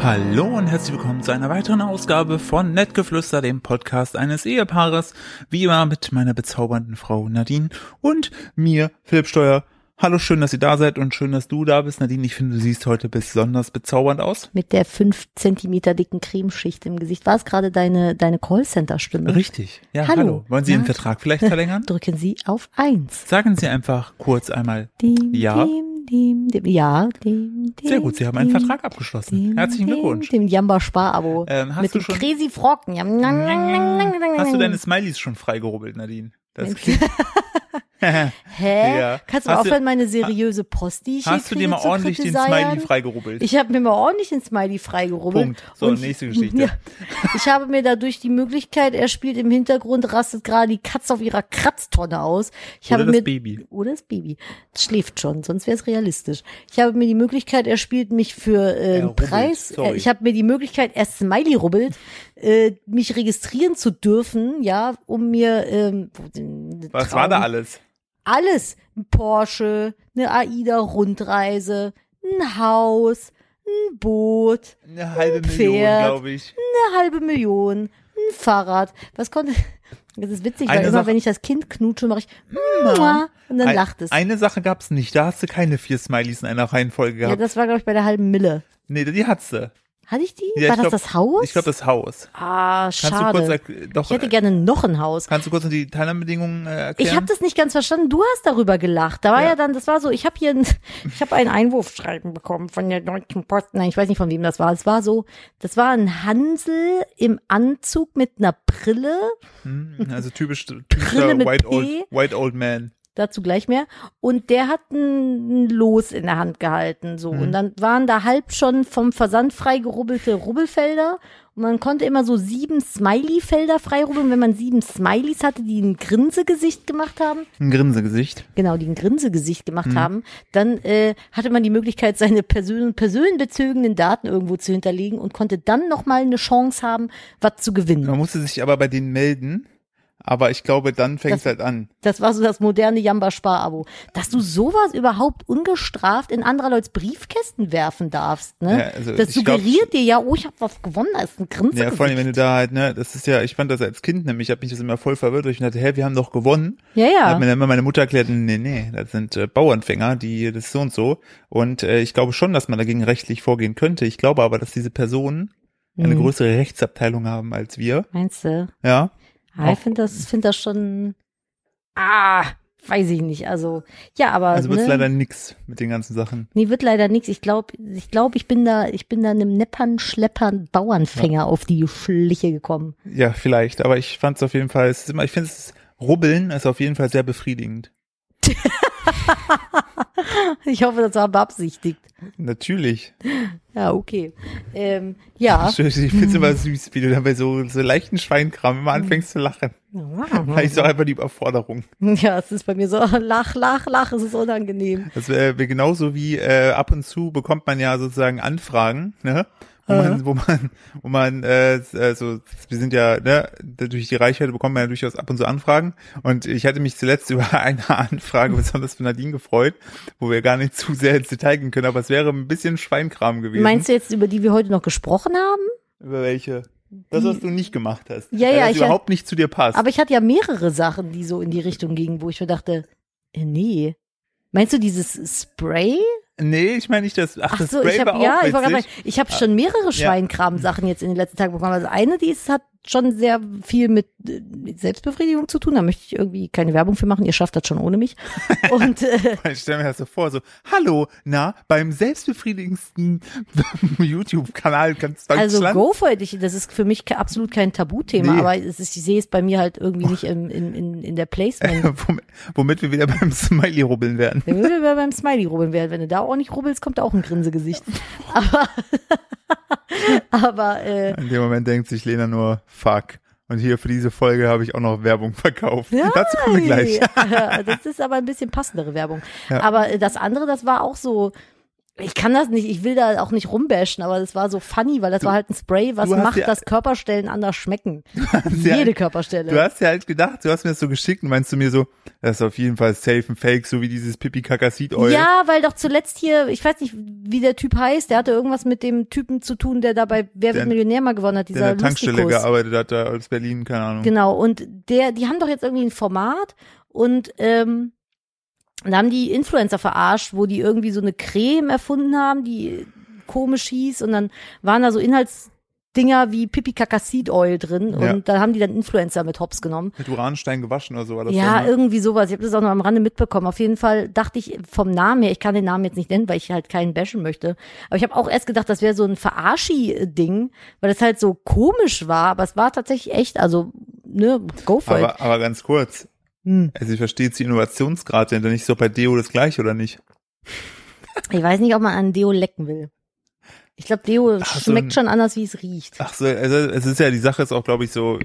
Hallo und herzlich willkommen zu einer weiteren Ausgabe von Nettgeflüster, dem Podcast eines Ehepaares. Wie immer mit meiner bezaubernden Frau Nadine und mir, Philipp Steuer. Hallo, schön, dass ihr da seid und schön, dass du da bist. Nadine, ich finde, du siehst heute besonders bezaubernd aus. Mit der fünf Zentimeter dicken Cremeschicht im Gesicht. War es gerade deine, deine Callcenter-Stimme? Richtig. Ja, hallo. Hallo. Wollen Sie Ja. den Vertrag vielleicht verlängern? Drücken Sie auf eins. Sagen Sie einfach kurz einmal. Dim, Ja. Dim, dim, dim, ja, dim, dim, Sehr gut, Sie haben einen dim, Vertrag abgeschlossen. dim, Herzlichen dim, Glückwunsch. Dem Jamba-Spar-Abo. Ähm, hast Mit du dem schon- Crazy Frocken. Ja. Hast du deine Smileys schon freigerubbelt, Nadine? Das Mensch. klingt. Hä? Ja. Kannst du mal Hast du- aufhören, meine seriöse Post, die ich hier Hast du dir kriege, mal zu ordentlich den kritisieren? Smiley freigerubbelt? Ich habe mir mal ordentlich den Smiley freigerubbelt. Punkt. So, nächste Geschichte. Ja, ich habe mir dadurch die Möglichkeit, er spielt im Hintergrund, rastet gerade die Katze auf ihrer Kratztonne aus. Ich Oder habe das mir, Baby. Oder das Baby. Das schläft schon, sonst wäre es realistisch. Ich habe mir die Möglichkeit, er spielt mich für äh, Er einen rubbelt, Preis. sorry. Äh, Ich habe mir die Möglichkeit, er Smiley rubbelt, äh, mich registrieren zu dürfen, ja, um mir ähm, Was war da alles? alles? alles. Ein Porsche, eine AIDA-Rundreise, ein Haus, ein Boot, Eine halbe Million, Pferd. glaube ich. eine halbe Million, ein Fahrrad. Was konnte. Das ist witzig, weil Eine immer Sache- wenn ich das Kind knutsche, mache ich Mua, und dann Ein- lacht es. Eine Sache gab's nicht. Da hast du keine vier Smileys in einer Reihenfolge Ja, gehabt. das war, glaube ich, bei der halben Mille. nee, die hattest du. Hatte ich die? Ja, war ich glaub- das das Haus? Ich glaube, das Haus. ah, Kannst schade. du kurz erk- doch, ich hätte gerne noch ein Haus. kannst du kurz noch die Teilnahmebedingungen äh, erklären? Ich habe das nicht ganz verstanden. Du hast darüber gelacht. Da war Ja. ja, dann, das war so, ich habe hier, ein, ich habe ein Einwurfschreiben bekommen von der Deutschen Post. Nein, ich weiß nicht von wem das war. Es war so, das war ein Hansel im Anzug mit einer Brille. Hm, also typisch Brille typischer mit white P. old, white old Man. dazu gleich mehr. Und der hat ein Los in der Hand gehalten, so. Und dann waren da halb schon vom Versand freigerubbelte Rubbelfelder. Und man konnte immer so sieben Smiley-Felder freirubbeln. Wenn man sieben Smileys hatte, die ein Grinsegesicht gemacht haben, Ein Grinsegesicht. genau, die ein Grinsegesicht gemacht haben, dann äh, hatte man die Möglichkeit, seine persön personenbezogenen Daten irgendwo zu hinterlegen und konnte dann nochmal eine Chance haben, was zu gewinnen. Man musste sich aber bei denen melden. Aber ich glaube, dann fängt's Das- halt an. Das war so das moderne Jamba-Spar-Abo. Dass du sowas überhaupt ungestraft in anderer Leuts Briefkästen werfen darfst, ne? Ja, also das ich glaub- suggeriert dir ja, oh, ich habe was gewonnen, da ist ein Grinsen. Ja, vor allem, wenn du da halt, ne, das ist ja, ich fand das als Kind nämlich, ich habe mich das immer voll verwirrt, weil ich mir dachte, hä, wir haben doch gewonnen. Ja, Da ja. Hat mir dann immer meine Mutter erklärt, nee, nee, das sind äh, Bauernfänger, die das so und so. Und äh, ich glaube schon, dass man dagegen rechtlich vorgehen könnte. Ich glaube aber, dass diese Personen eine Hm. größere Rechtsabteilung haben als wir. Meinst du? Ja. Ja, ich Auch- finde das, find das schon, ah, weiß ich nicht, also, ja, aber, Also wird's ne? leider nix mit den ganzen Sachen. Nee, wird leider nichts. Ich glaube, ich glaube, ich bin da, ich bin da einem Neppern, Schleppern, Bauernfänger auf die Schliche gekommen. Ja, vielleicht. Aber ich fand's auf jeden Fall, es ist immer, ich finde es, Rubbeln ist auf jeden Fall sehr befriedigend. Ich hoffe, das war beabsichtigt. Natürlich. Ja, okay. Ähm, ja. Mhm. Ich find's immer süß, wie du dabei so, so leichten Schweinkram immer anfängst zu lachen. Mhm. Vielleicht ist auch einfach die Überforderung. Ja, es ist bei mir so, lach, lach, lach, es ist unangenehm. Das wäre wär genauso wie äh, ab und zu bekommt man ja sozusagen Anfragen, ne? Wo man, wo man, wo man, äh, s- äh, so, wir sind ja, ne, durch die Reichweite bekommt man ja durchaus ab und zu Anfragen. Und ich hatte mich zuletzt über eine Anfrage besonders von Nadine gefreut, wo wir gar nicht zu sehr ins Detail gehen können, aber es wäre ein bisschen Schweinkram gewesen. Meinst du jetzt, über die wir heute noch gesprochen haben? über welche? Das, was du nicht gemacht hast. Ja, Weil ja, das ich- überhaupt nicht zu dir passt. Aber ich hatte ja mehrere Sachen, die so in die Richtung gingen, wo ich mir dachte, äh, nee. Meinst du dieses Spray? nee, ich meine nicht das. Ach, Ach das so, Spray war ich habe auch ja, witzig. Ah, ich wollte gerade sagen, ich habe schon mehrere Schweinkram-Sachen jetzt in den letzten Tagen bekommen. Also eine, die ist, hat schon sehr viel mit äh, mit Selbstbefriedigung zu tun. Da möchte ich irgendwie keine Werbung für machen. Ihr schafft das schon ohne mich. Und äh, Ich stelle mir das so vor, so, hallo, na, beim selbstbefriedigendsten YouTube-Kanal kannst du also Deutschland- go for it. Ich, das ist für mich ke- absolut kein Tabuthema, Nee. aber es ist, ich sehe es bei mir halt irgendwie nicht im, in, in, in der Placement. womit, womit wir wieder beim Smiley rubbeln werden. Dann würde wir beim Smiley rubbeln werden. Wenn du da auch nicht rubbelst, kommt da auch ein Grinsegesicht. Aber, aber äh, In dem Moment denkt sich Lena nur, fuck. Und hier für diese Folge habe ich auch noch Werbung verkauft. Dazu kommen wir gleich. Ei, äh, das ist aber ein bisschen passendere Werbung. Aber äh, das andere, das war auch so, Ich kann das nicht, ich will da auch nicht rumbashen, aber das war so funny, weil das war halt ein Spray, was du hast macht, ja- dass Körperstellen anders schmecken. ja- Jede Körperstelle. Du hast ja halt gedacht, du hast mir das so geschickt und meinst du mir so, das ist auf jeden Fall safe and fake, so wie dieses pipi kaka seed oil Ja, weil doch zuletzt hier, ich weiß nicht, wie der Typ heißt, der hatte irgendwas mit dem Typen zu tun, der dabei Wer Der- wird Millionär mal gewonnen hat, der dieser an der Tankstelle Lustikus. gearbeitet hat, da aus Berlin, keine Ahnung. Genau, und der, die haben doch jetzt irgendwie ein Format und ähm, da haben die Influencer verarscht, wo die irgendwie so eine Creme erfunden haben, die komisch hieß und dann waren da so Inhaltsdinger wie Pipi Kaka Seed Oil drin Ja. und da haben die dann Influencer mit Hops genommen. Mit Uranstein gewaschen oder so war das ja, doch, ne? irgendwie sowas. Ich habe das auch noch am Rande mitbekommen. Auf jeden Fall dachte ich vom Namen her, ich kann den Namen jetzt nicht nennen, weil ich halt keinen bashen möchte. Aber ich habe auch erst gedacht, das wäre so ein Verarschi-Ding, weil das halt so komisch war. Aber es war tatsächlich echt, also, ne, go for it. aber, aber ganz kurz. Hm. Also ich verstehe jetzt die Innovationsgrad denn nicht so bei Deo das gleiche oder nicht? Ich weiß nicht, ob man an Deo lecken will. Ich glaube, Deo Ach, so ein- schmeckt schon anders, wie es riecht. Ach so, also es ist ja die Sache ist auch glaube ich so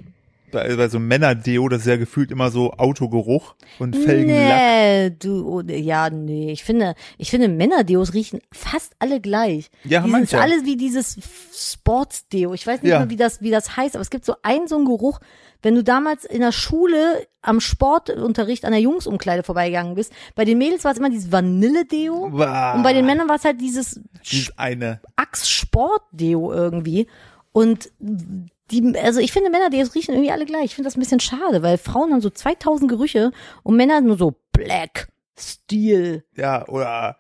bei, bei so Männer-Deo, das ist ja gefühlt immer so Autogeruch und Felgenlack. Nee, du, oh, nee, ja, nee. Ich finde, ich finde Männerdeos riechen fast alle gleich. Ja, die meinst sind ja. alles wie dieses Sportsdeo. Ich weiß nicht Ja. mehr, wie das, wie das heißt, aber es gibt so einen, so einen Geruch. Wenn du damals in der Schule am Sportunterricht an der Jungsumkleide vorbeigegangen bist, bei den Mädels war es immer dieses Vanille-Deo. Bah. Und bei den Männern war es halt dieses Dieses eine. Axe-Sport-Deo irgendwie. Und die, also ich finde Männer, die riechen irgendwie alle gleich. Ich finde das ein bisschen schade, weil Frauen haben so 2000 Gerüche und Männer nur so Black, Steel, Ja, oder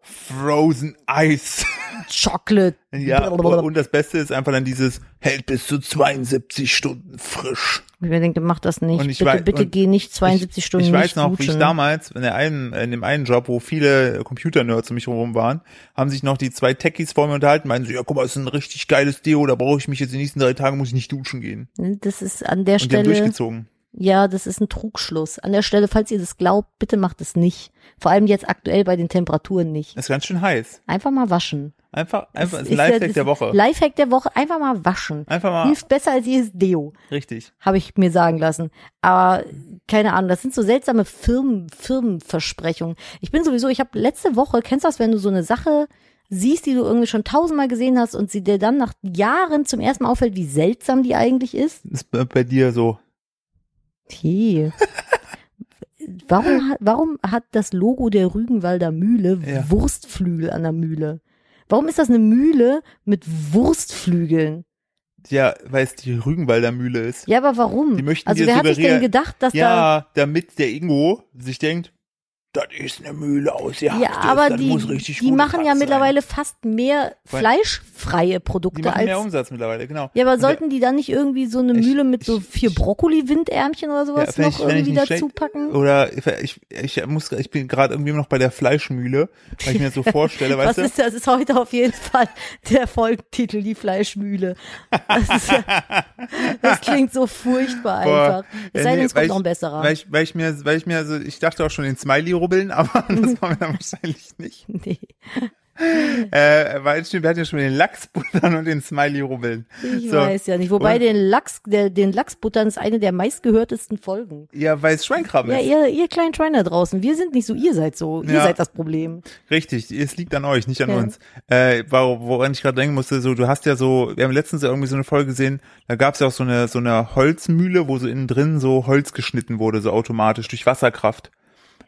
Frozen Ice. Chocolate. Ja, blablabla. und das Beste ist einfach dann dieses, hält bis zu 72 Stunden frisch. Ich mir denke, mach das nicht. Und ich bitte, wei- bitte und geh nicht 72 Stunden ich nicht weiß noch, wie ich duschen. damals in, der einen, in dem einen Job, wo viele Computer-Nerds um mich herum waren, haben sich noch die zwei Techies vor mir unterhalten, meinen so, ja, guck mal, das ist ein richtig geiles Deo, da brauche ich mich jetzt die nächsten drei Tage, muss ich nicht duschen gehen. Ne, Das ist an der Und die haben Stelle, durchgezogen. ja, das ist ein Trugschluss. An der Stelle, falls ihr das glaubt, bitte macht es nicht. Vor allem jetzt aktuell bei den Temperaturen nicht. Ist ganz schön heiß. Einfach mal waschen. Einfach, einfach, Das ist ein ja- Lifehack das- der Woche. Lifehack der Woche, einfach mal waschen. Einfach mal, Hilft besser als jedes Deo, richtig. habe ich mir sagen lassen. Aber keine Ahnung, das sind so seltsame Firmen, Firmenversprechungen. Ich bin sowieso, ich habe letzte Woche, kennst du das, wenn du so eine Sache siehst, die du irgendwie schon tausendmal gesehen hast und sie dir dann nach Jahren zum ersten Mal auffällt, wie seltsam die eigentlich ist? Ist bei- bei dir so. Hey. Warum, hat- warum hat das Logo der Rügenwalder Mühle Ja. Wurstflügel an der Mühle? Warum ist das eine Mühle mit Wurstflügeln? Ja, weil es die Rügenwalder Mühle ist. Ja, aber warum? Die möchten also dir wer hat sich denn suggerieren- gedacht, dass da Ja, damit der Ingo sich denkt, das ist eine Mühle aus. Ja, aber die, die machen ja mittlerweile fast mehr Weil- fleischfreie Die Produkte machen mehr als. Umsatz mittlerweile, genau. Ja, aber Und sollten die dann nicht irgendwie so eine Ich- Mühle mit so ich- vier ich- Brokkoli-Windärmchen der- oder sowas wenn noch ich- wenn ich irgendwie nicht dazu schlecht- Oh, packen? Oder ich, ich muss, ich bin gerade irgendwie noch bei der Fleischmühle, weil ich mir das so vorstelle, Was weißt du? ist das? Ist heute auf jeden Fall der Folgentitel, die Fleischmühle. Das, ist, das klingt so furchtbar Boah. einfach. Äh, Es sei nee, denn, es weil kommt ich- noch ein besserer. Weil ich, weil ich mir, weil ich mir, also ich dachte auch schon den Smiley rubbeln, aber das war mir dann wahrscheinlich nicht. nee. Äh, weil ich, wir hatten ja schon den Lachsbuttern und den Smiley rubbeln. Ich So. weiß ja nicht. Wobei Und- den Lachs, der, den Lachsbuttern ist eine der meistgehörtesten Folgen. Ja, weil es Schweinkrabbe Ja, ist. ihr, ihr kleinen Schweine draußen, wir sind nicht so, ihr seid so, ihr Ja. seid das Problem. Richtig, es liegt an euch, nicht an Ja. uns. Äh, wor- woran ich gerade denken musste, so du hast ja so, wir haben letztens irgendwie so eine Folge gesehen, da gab es ja auch so eine so eine Holzmühle, wo so innen drin so Holz geschnitten wurde, so automatisch durch Wasserkraft.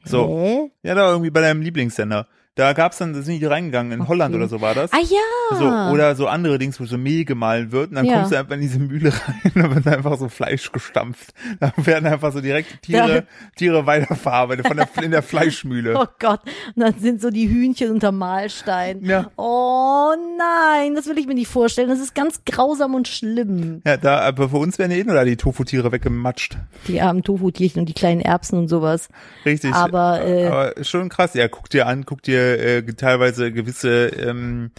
So, Hä? ja, da irgendwie bei deinem Lieblingssender. Da gab's dann, da sind die reingegangen, in Holland oder so war das. Ah ja. So, oder so andere Dings, wo so Mehl gemahlen wird und dann Ja. kommst du einfach in diese Mühle rein und wird einfach so Fleisch gestampft. Da werden einfach so direkt Tiere, Ja. Tiere weiterverarbeitet von der, in der Fleischmühle. Oh Gott, und dann sind so die Hühnchen unter Mahlstein. Ja. Oh nein, das will ich mir nicht vorstellen. Das ist ganz grausam und schlimm. Ja, da, aber für uns werden eh nur da die Tofu-Tiere weggematscht. Die armen Tofu-Tierchen und die kleinen Erbsen und sowas. Richtig. Aber, äh, aber schon krass. Ja, guck dir an, guck dir äh, ge- teilweise gewisse ähm,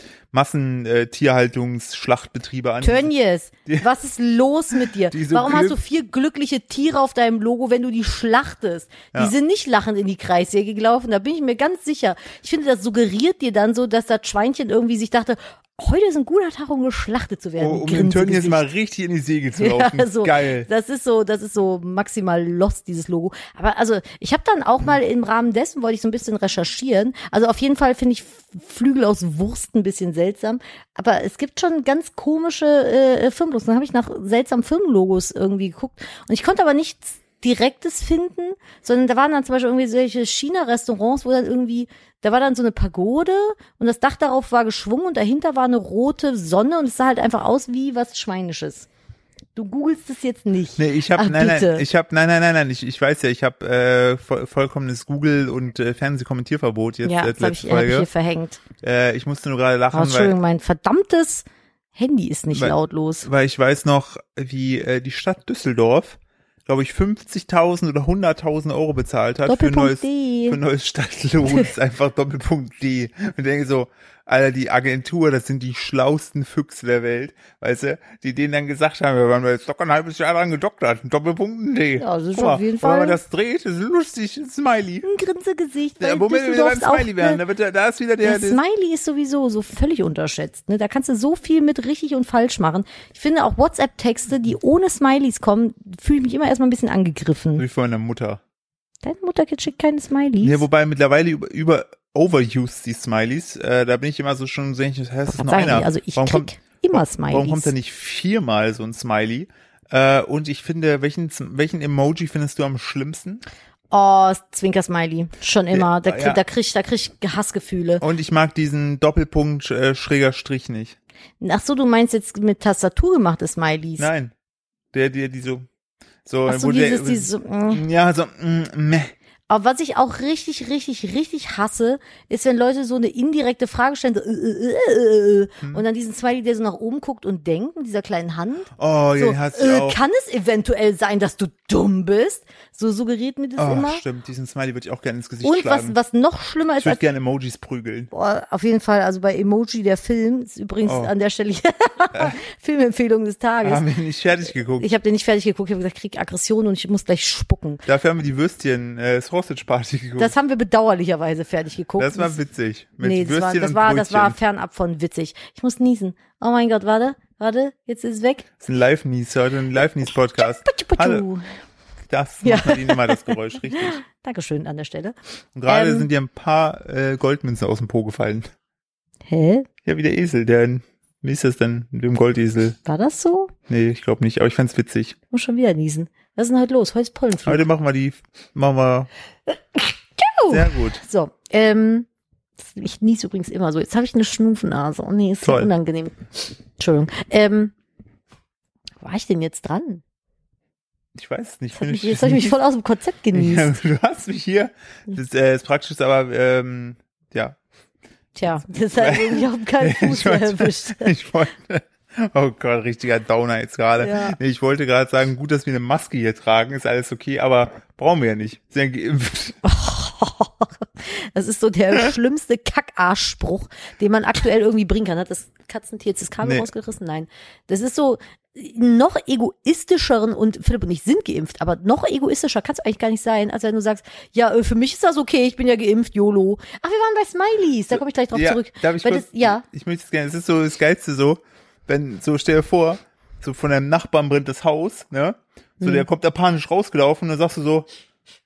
Massentierhaltungs-Schlachtbetriebe an. Tönnies, was ist los mit dir? Die so Warum hast du glück- vier glückliche Tiere auf deinem Logo, wenn du die schlachtest? Ja. Die sind nicht lachend in die Kreissäge gelaufen, da bin ich mir ganz sicher. Ich finde, das suggeriert dir dann so, dass das Schweinchen irgendwie sich dachte, heute ist ein guter Tag, um geschlachtet zu werden. Oh, um den Grinsen Turn jetzt Gesicht. mal richtig in die Segel zu laufen. Ja, so. Geil. Das ist so, das ist so maximal lost, dieses Logo. Aber also, ich habe dann auch mal im Rahmen dessen, wollte ich so ein bisschen recherchieren. Also auf jeden Fall finde ich Flügel aus Wurst ein bisschen seltsam. Aber es gibt schon ganz komische äh, Firmenlogos. Dann habe ich nach seltsamen Firmenlogos irgendwie geguckt. Und ich konnte aber nichts Direktes finden, sondern da waren dann zum Beispiel irgendwie solche China-Restaurants, wo dann irgendwie, da war dann so eine Pagode und das Dach darauf war geschwungen und dahinter war eine rote Sonne und es sah halt einfach aus wie was Schweinisches. Du googelst es jetzt nicht. Nee, ich habe Ach, nein, Ah, bitte. nein, ich habe nein, nein, nein, nein, ich, ich weiß ja, ich habe äh, voll, vollkommenes Google und äh, Fernsehkommentierverbot jetzt ja, äh, das habe letzte ich, hab ich Folge. hier verhängt. äh, ich musste nur gerade Oh, lachen, weil, Entschuldigung, mein verdammtes Handy ist nicht Weil- lautlos. weil ich weiß noch, wie äh, die Stadt Düsseldorf, glaube ich, 50.000 oder 100.000 Euro bezahlt hat für ein neues Doppelpunkt für D. ein neues Stadtlohn ist einfach Doppelpunkt D. Und denke so, Alter, die Agentur, das sind die schlausten Füchse der Welt, weißt du, die denen dann gesagt haben, wir waren jetzt locker ein halbes Jahr dran gedoktert, Doppelpunkt D. Ja, das ist Guck mal, auf jeden Wenn Fall- man das dreht, ist lustig, ein Smiley. Ein Grinsegesicht, weil Ja, Moment, wenn wir beim Düsseldorf auch Smiley werden, ne, da, wird, der- da ist wieder der, der der Smiley ist sowieso so völlig unterschätzt. Ne? Da kannst du so viel mit richtig und falsch machen. Ich finde auch WhatsApp-Texte, die ohne Smileys kommen, fühle ich mich immer erstmal ein bisschen angegriffen. wie von der Mutter. Deine Mutter schickt keine Smileys. Ja, wobei mittlerweile über, über overused die Smileys, äh, da bin ich immer so schon, so, ich, das heißt, es ist Sag nur ich, einer. also ich Warum krieg kommt, immer Smileys. Warum kommt da nicht viermal so ein Smiley? Äh, und ich finde, welchen, welchen Emoji findest du am schlimmsten? Oh, Zwinker-Smiley. Schon immer. da, krieg, ja. da krieg ich, da krieg ich Hassgefühle. Und ich mag diesen Doppelpunkt äh, schräger Strich nicht. Ach so, du meinst jetzt mit Tastatur gemachte Smileys. Nein. Der, der, die so. So, Ach so, wo dieses, der, dieses, mm. ja, so, mm, meh. aber was ich auch richtig, richtig, richtig hasse, ist, wenn Leute so eine indirekte Frage stellen, so, äh, äh, äh, äh, äh, Hm. und dann diesen Smiley, der so nach oben guckt und denkt, mit dieser kleinen Hand. Oh, So, den hast du äh, auch. kann es eventuell sein, dass du dumm bist? So suggeriert mir das Oh, immer. stimmt, diesen Smiley würde ich auch gerne ins Gesicht Und was, schlagen. was noch schlimmer ich ist als würde gerne Emojis prügeln. Boah, auf jeden Fall, also bei Emoji der Film ist übrigens Oh. Ah. an der Stelle Filmempfehlung des Tages. Haben wir nicht fertig geguckt. Ich habe den nicht fertig geguckt, ich habe gesagt, krieg Aggression und ich muss gleich spucken. Dafür haben wir die Würstchen äh, Sausage Party geguckt. Das haben wir bedauerlicherweise fertig geguckt. Das war witzig. Mit nee, das Würstchen war, das und war, das war Brötchen. fernab von witzig. Ich muss niesen. Oh mein Gott, warte, warte, jetzt ist es weg. Das ist ein Live-Nies heute, ein Live-Nies-Podcast. Patschu, patschu. Hallo. Das Ja. macht man ihnen immer das Geräusch, richtig. Dankeschön an der Stelle. Und gerade Ähm. sind dir ein paar äh, Goldmünzen aus dem Po gefallen. Hä? Ja, wie der Esel, der, wie ist das denn mit dem Goldesel? War das so? Nee, ich glaube nicht, aber ich fand's witzig. Ich muss schon wieder niesen. Was ist denn heute los? Heute ist Pollenflug. Heute machen wir die, machen wir, sehr gut. So, ähm, ich nies übrigens immer so. Jetzt habe ich eine Schnupfennase. Oh nee, ist so Toll. unangenehm. Entschuldigung. Ähm, wo war ich denn jetzt dran? Ich weiß es nicht. Jetzt, hab ich, jetzt habe ich mich voll aus dem Konzept genießt. ja, Du hast mich hier, das äh, ist praktisch, aber, ähm, ja, Tja, das hat irgendwie auf keinen Fuß Ich weiß- erwischt. ich wollte, oh Gott, richtiger Downer jetzt gerade. Ja. Nee, ich wollte gerade sagen, gut, dass wir eine Maske hier tragen, ist alles okay, aber brauchen wir ja nicht. Sind ja geimpft. Das ist so der schlimmste Kackarschspruch, den man aktuell irgendwie bringen kann. Hat das Katzentier jetzt das Kabel Nee. rausgerissen? Nein. Das ist so noch egoistischeren und Philipp und ich sind geimpft, aber noch egoistischer kannst du eigentlich gar nicht sein, als wenn du sagst, ja, äh, für mich ist das okay, ich bin ja geimpft, YOLO. Ach, wir waren bei Smileys, da komme ich gleich drauf Äh, ja, zurück. Darf ich Weil kurz, das, ja, Ich möchte es gerne, es ist so das Geilste so, wenn, so stell dir vor, so von deinem Nachbarn brennt das Haus, ne? So, Mhm. der kommt da panisch rausgelaufen und dann sagst du so,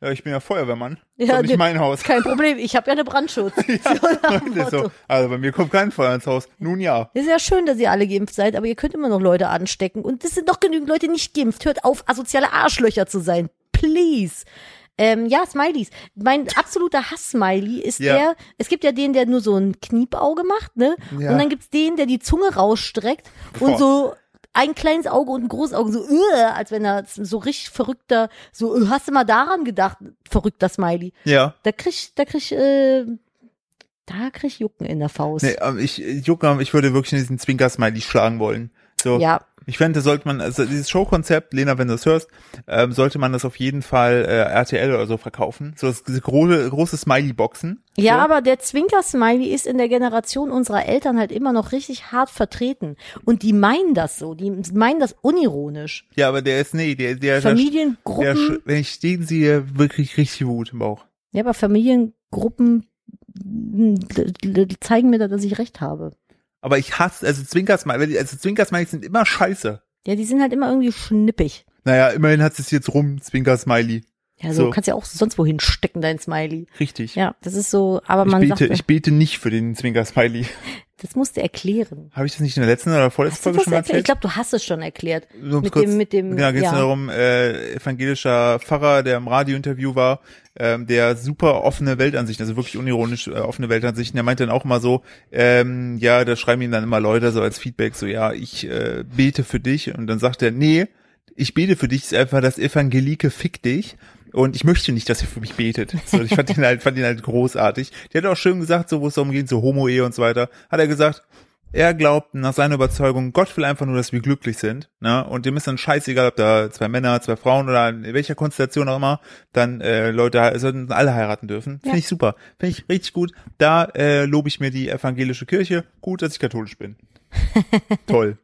ja, ich bin ja Feuerwehrmann. Ja, Ja, ist doch nicht ne- mein Haus. kein Problem, ich habe ja eine Brandschutz. Ja, nach das ist so, Motto. also bei mir kommt kein Feuer ins Haus. Nun ja. Ist ja schön, dass ihr alle geimpft seid, aber ihr könnt immer noch Leute anstecken. Und es sind noch genügend Leute nicht geimpft. Hört auf, asoziale Arschlöcher zu sein. Please. Ähm, ja, Smileys. Mein absoluter Hass-Smiley ist Ja. der, es gibt ja den, der nur so ein Kniepauge macht, ne? Ja. Und dann gibt's den, der die Zunge rausstreckt und Boah. so ein kleines Auge und ein großes Auge, so, äh, als wenn er so richtig verrückter, so, äh, hast du mal daran gedacht, verrückter Smiley. Ja. Da krieg ich, da krieg ich, äh, da krieg ich Jucken in der Faust. Nee, aber ich, Jucker, ich würde wirklich diesen Zwinker-Smiley schlagen wollen. So. Ja, Ich fände, sollte man, also dieses Showkonzept, Lena, wenn du das hörst, ähm, sollte man das auf jeden Fall äh, RTL oder so verkaufen. So das, diese große, große Smiley-Boxen. Ja, so. aber der Zwinker-Smiley ist in der Generation unserer Eltern halt immer noch richtig hart vertreten. Und die meinen das so. Die meinen das unironisch. Ja, aber der ist, nee, der, der, der, der Familiengruppen. wenn ich den sehe, wirklich richtig Wut im Bauch. Ja, hm, aber Familiengruppen mm, zeigen mir da, dass ich recht habe. Aber ich hasse, also Zwinkersmiley, also Zwinkersmiley sind immer scheiße. Ja, die sind halt immer irgendwie schnippig. Naja, immerhin hat es jetzt rum, Zwinkersmiley. Ja, so, So. kannst ja auch sonst wohin stecken, dein Smiley. Richtig. Ja, das ist so, aber ich man bete, sagt, ich bete nicht für den Zwinkersmiley. das musst du erklären. Habe ich das nicht in der letzten oder vorletzten Hast du Folge das schon mal erklärt? Ich erzählt? glaube, du hast es schon erklärt. Nur mit kurz- dem, mit dem, Genau, geht es ja. darum, äh, evangelischer Pfarrer, der im Radiointerview war, ähm, der super offene Weltansichten, also wirklich unironisch äh, offene Weltansichten, der meinte dann auch immer so, ähm, ja, da schreiben ihm dann immer Leute so als Feedback, so ja, ich äh, bete für dich und dann sagt er, nee, ich bete für dich, ist einfach das Evangelike fick dich. Und ich möchte nicht, dass ihr für mich betet. So, ich fand ihn halt, fand ihn halt großartig. Der hat auch schön gesagt, so, wo es darum ging, so Homo-Ehe und so weiter, hat er gesagt, er glaubt nach seiner Überzeugung, Gott will einfach nur, dass wir glücklich sind. Ne? Und dem ist dann scheißegal, ob da zwei Männer, zwei Frauen oder in welcher Konstellation auch immer, dann äh, Leute he- sollten alle heiraten dürfen. Finde Ja. ich super. Finde ich richtig gut. Da äh, lobe ich mir die evangelische Kirche. Gut, dass ich katholisch bin. Toll.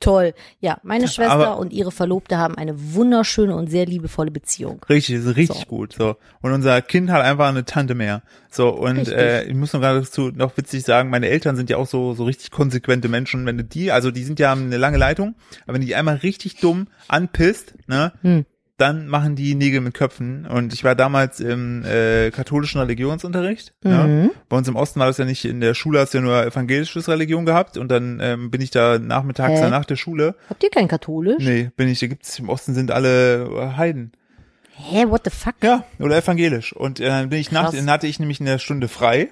Toll. Ja, meine Schwester aber- und ihre Verlobte haben eine wunderschöne und sehr liebevolle Beziehung. Richtig, ist richtig So. gut. So. Und unser Kind hat einfach eine Tante mehr. So, und Richtig. äh, ich muss noch gerade dazu noch witzig sagen, meine Eltern sind ja auch so, so richtig konsequente Menschen. Wenn du die, also die sind ja haben eine lange Leitung, aber wenn du die einmal richtig dumm anpisst, ne, Hm. dann machen die Nägel mit Köpfen. Und ich war damals im äh, katholischen Religionsunterricht. Ne? Mhm. Bei uns im Osten war das ja nicht in der Schule, hast du ja nur evangelisches Religion gehabt und dann ähm, bin ich da nachmittags Hä? danach der Schule. Habt ihr kein katholisch? Nee, bin ich, da gibt's im Osten sind alle Heiden. Hä, what the fuck? Ja, oder evangelisch. Und äh, dann bin ich nach, Krass. dann hatte ich nämlich eine Stunde frei.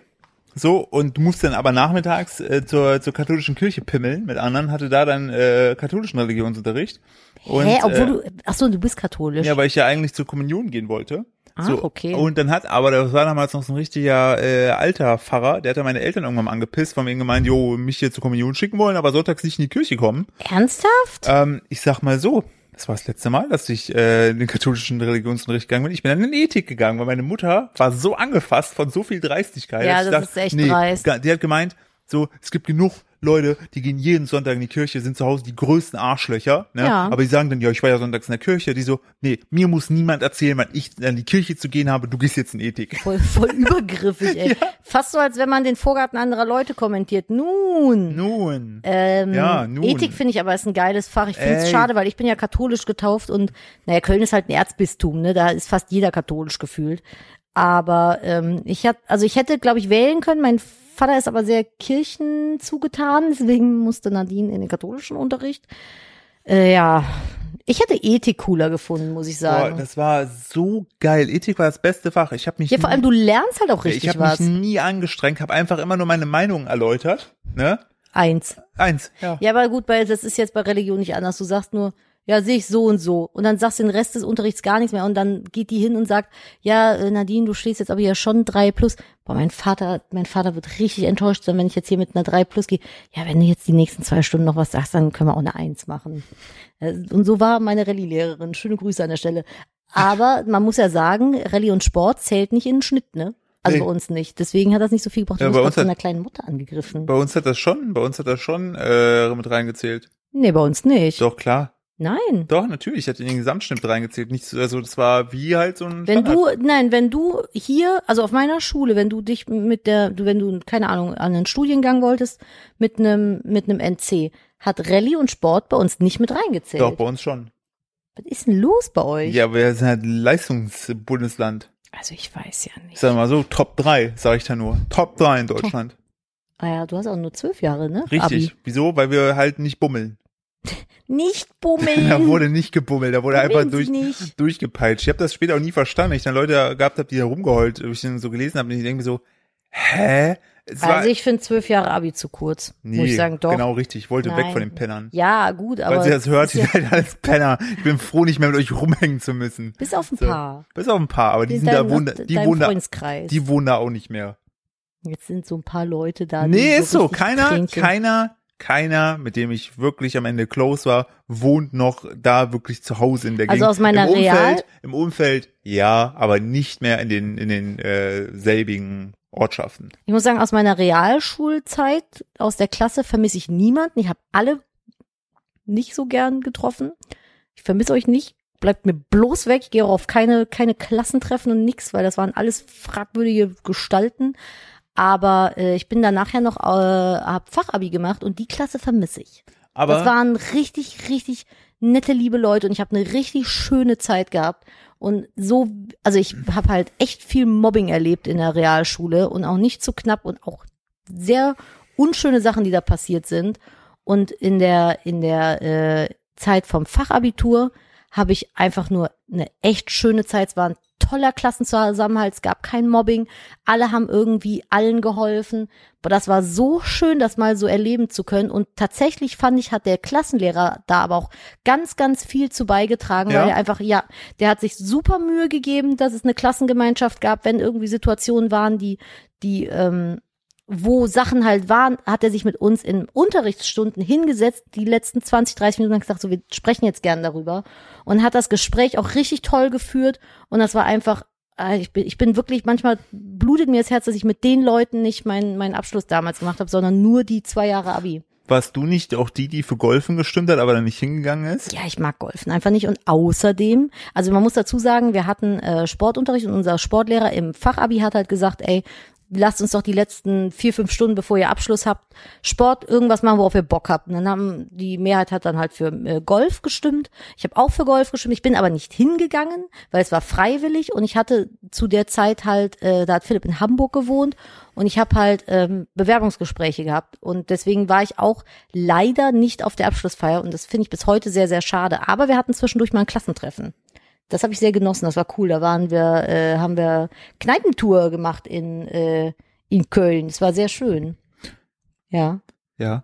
So, und musste dann aber nachmittags äh, zur, zur katholischen Kirche pimmeln mit anderen, hatte da dann äh, katholischen Religionsunterricht. Und, Hä, obwohl äh, du, ach so, du bist katholisch. ja, weil ich ja eigentlich zur Kommunion gehen wollte. Ach, so, Ah, okay. Und dann hat, aber das war damals noch so ein richtiger äh, alter Pfarrer, der hat dann meine Eltern irgendwann mal angepisst, von wegen gemeint, jo, mich hier zur Kommunion schicken wollen, aber sonntags nicht in die Kirche kommen. Ernsthaft? Ähm, ich sag mal so, das war das letzte Mal, dass ich äh, in den katholischen Religionsunterricht gegangen bin. Ich bin dann in Ethik gegangen, weil meine Mutter war so angefasst von so viel Dreistigkeit. Ja, dass ich das dachte, ist echt dreist. ga- Die hat gemeint, so, es gibt genug Leute, die gehen jeden Sonntag in die Kirche, sind zu Hause die größten Arschlöcher, ne? Ja. Aber die sagen dann, ja, ich war ja sonntags in der Kirche. Die so, nee, mir muss niemand erzählen, wann ich an die Kirche zu gehen habe, du gehst jetzt in Ethik. Voll, voll übergriffig, ey. Fast so, als wenn man den Vorgarten anderer Leute kommentiert. Nun. Nun. Ähm, Ja, nun. Ethik finde ich aber ist ein geiles Fach. Ich finde es Ey. schade, weil ich bin ja katholisch getauft und naja, Köln ist halt ein Erzbistum, ne? Da ist fast jeder katholisch gefühlt. Aber ähm, ich hat, also ich hätte, glaube ich, wählen können. Mein Vater ist aber sehr Kirchen zugetan, deswegen musste Nadine in den katholischen Unterricht. Äh, ja, ich hätte Ethik cooler gefunden, muss ich Boah, sagen. das war so geil. Ethik war das beste Fach. Ich habe mich ja, vor nie- allem du lernst halt auch richtig ich habe was. mich nie angestrengt, habe einfach immer nur meine Meinung erläutert. Ne? Eins. Eins. Ja. Ja, aber gut, weil das ist jetzt bei Religion nicht anders. Du sagst nur, ja, sehe ich so und so. Und dann sagst du den Rest des Unterrichts gar nichts mehr. Und dann geht die hin und sagt, ja, äh, Nadine, du stehst jetzt aber hier schon drei plus. Boah, mein Vater, mein Vater wird richtig enttäuscht sein, wenn ich jetzt hier mit einer drei plus gehe. Ja, wenn du jetzt die nächsten zwei Stunden noch was sagst, dann können wir auch eine eins machen. Äh, Und so war meine Rallye-Lehrerin. Schöne Grüße an der Stelle. Aber man muss ja sagen, Rallye und Sport zählt nicht in den Schnitt, ne? Also Nee. bei uns nicht. Deswegen hat das nicht so viel gebracht. Du Ja, ja, bei bist uns von hat- einer kleinen Mutter angegriffen. Bei uns hat das schon, bei uns hat das schon äh, mit reingezählt. nee, bei uns nicht. Doch, klar. Nein. Doch, natürlich, hat in den Gesamtschnitt reingezählt. Nicht so, also das war wie halt so ein Wenn Standard. du, nein, wenn du hier, also auf meiner Schule, wenn du dich mit der, du, wenn du, keine Ahnung, an einen Studiengang wolltest, mit einem, mit einem NC, hat Rallye und Sport bei uns nicht mit reingezählt. Doch, bei uns schon. Was ist denn los bei euch? Ja, wir sind halt ein Leistungsbundesland. Also ich weiß ja Ich nicht. sag mal so, Top 3, sage ich da nur. Top 3 in Deutschland. Ah ja, du hast auch nur zwölf Jahre, ne? Richtig. Abi. Wieso? Weil wir halt nicht bummeln. Nicht bummeln. Da wurde nicht gebummelt, da wurde einfach Bummeln Sie durch, nicht. durchgepeitscht. Ich habe das später auch nie verstanden. wenn Ich dann Leute gehabt habe, die da rumgeheult, wo ich dann so gelesen habe und ich denke mir so, hä? Es also ich finde zwölf Jahre Abi zu kurz. muss ich sagen, doch. Genau richtig, ich wollte weg Nein. von den Pennern. Ja, gut, aber. Falls ihr das hört, bis, ihr seid alles Penner. Ich bin froh, nicht mehr mit euch rumhängen zu müssen. bis auf ein So. paar. Bis auf ein paar, aber die In sind da deinem- wohnen, die deinem wohnen da, Freundeskreis. die wohnen da auch nicht mehr. Jetzt sind so ein paar Leute da. die Nee, ist so. richtig Keiner, Tränchen- keiner, keiner, mit dem ich wirklich am Ende close war, wohnt noch da wirklich zu Hause in der Also Gegend. aus meiner Im Umfeld, Real- Im Umfeld, ja, aber nicht mehr in den, in den äh, selbigen Ortschaften. Ich muss sagen, aus meiner Realschulzeit, aus der Klasse vermisse ich niemanden. Ich habe alle nicht so gern getroffen. Ich vermisse euch nicht. Bleibt mir bloß weg. Ich gehe auch auf keine, keine Klassentreffen und nix, weil das waren alles fragwürdige Gestalten. Aber äh, ich bin dann nachher noch, äh, hab Fachabi gemacht und die Klasse vermisse ich. Aber das waren richtig, richtig nette, liebe Leute und ich habe eine richtig schöne Zeit gehabt. Und so, also ich habe halt echt viel Mobbing erlebt in der Realschule und auch nicht zu knapp und auch sehr unschöne Sachen, die da passiert sind. Und in der, in der äh, Zeit vom Fachabitur habe ich einfach nur eine echt schöne Zeit. Es war ein toller Klassenzusammenhalt, es gab kein Mobbing, alle haben irgendwie allen geholfen. Aber das war so schön, das mal so erleben zu können. Und tatsächlich fand ich, hat der Klassenlehrer da aber auch ganz, ganz viel zu beigetragen, Ja? weil er einfach, ja, der hat sich super Mühe gegeben, dass es eine Klassengemeinschaft gab, wenn irgendwie Situationen waren, die, die, ähm, wo Sachen halt waren, hat er sich mit uns in Unterrichtsstunden hingesetzt, die letzten 20, 30 Minuten lang gesagt, so, wir sprechen jetzt gern darüber und hat das Gespräch auch richtig toll geführt und das war einfach, äh, ich bin, ich bin wirklich, manchmal blutet mir das Herz, dass ich mit den Leuten nicht meinen, meinen Abschluss damals gemacht habe, sondern nur die zwei Jahre Abi. warst du nicht auch die, die für Golfen gestimmt hat, aber dann nicht hingegangen ist? Ja, ich mag Golfen einfach nicht. Und außerdem, also man muss dazu sagen, wir hatten äh, Sportunterricht und unser Sportlehrer im Fachabi hat halt gesagt, ey, lasst uns doch die letzten vier, fünf Stunden, bevor ihr Abschluss habt, Sport irgendwas machen, worauf ihr Bock habt. Und dann haben die Mehrheit hat dann halt für äh, Golf gestimmt. Ich habe auch für Golf gestimmt. Ich bin aber nicht hingegangen, weil es war freiwillig und ich hatte zu der Zeit halt, äh, da hat Philipp in Hamburg gewohnt und ich habe halt ähm, Bewerbungsgespräche gehabt und deswegen war ich auch leider nicht auf der Abschlussfeier und das finde ich bis heute sehr, sehr schade. Aber wir hatten zwischendurch mal ein Klassentreffen. Das habe ich sehr genossen, das war cool. Da waren wir, äh, haben wir Kneipentour gemacht in, äh, in Köln. Das war sehr schön. Ja. Ja.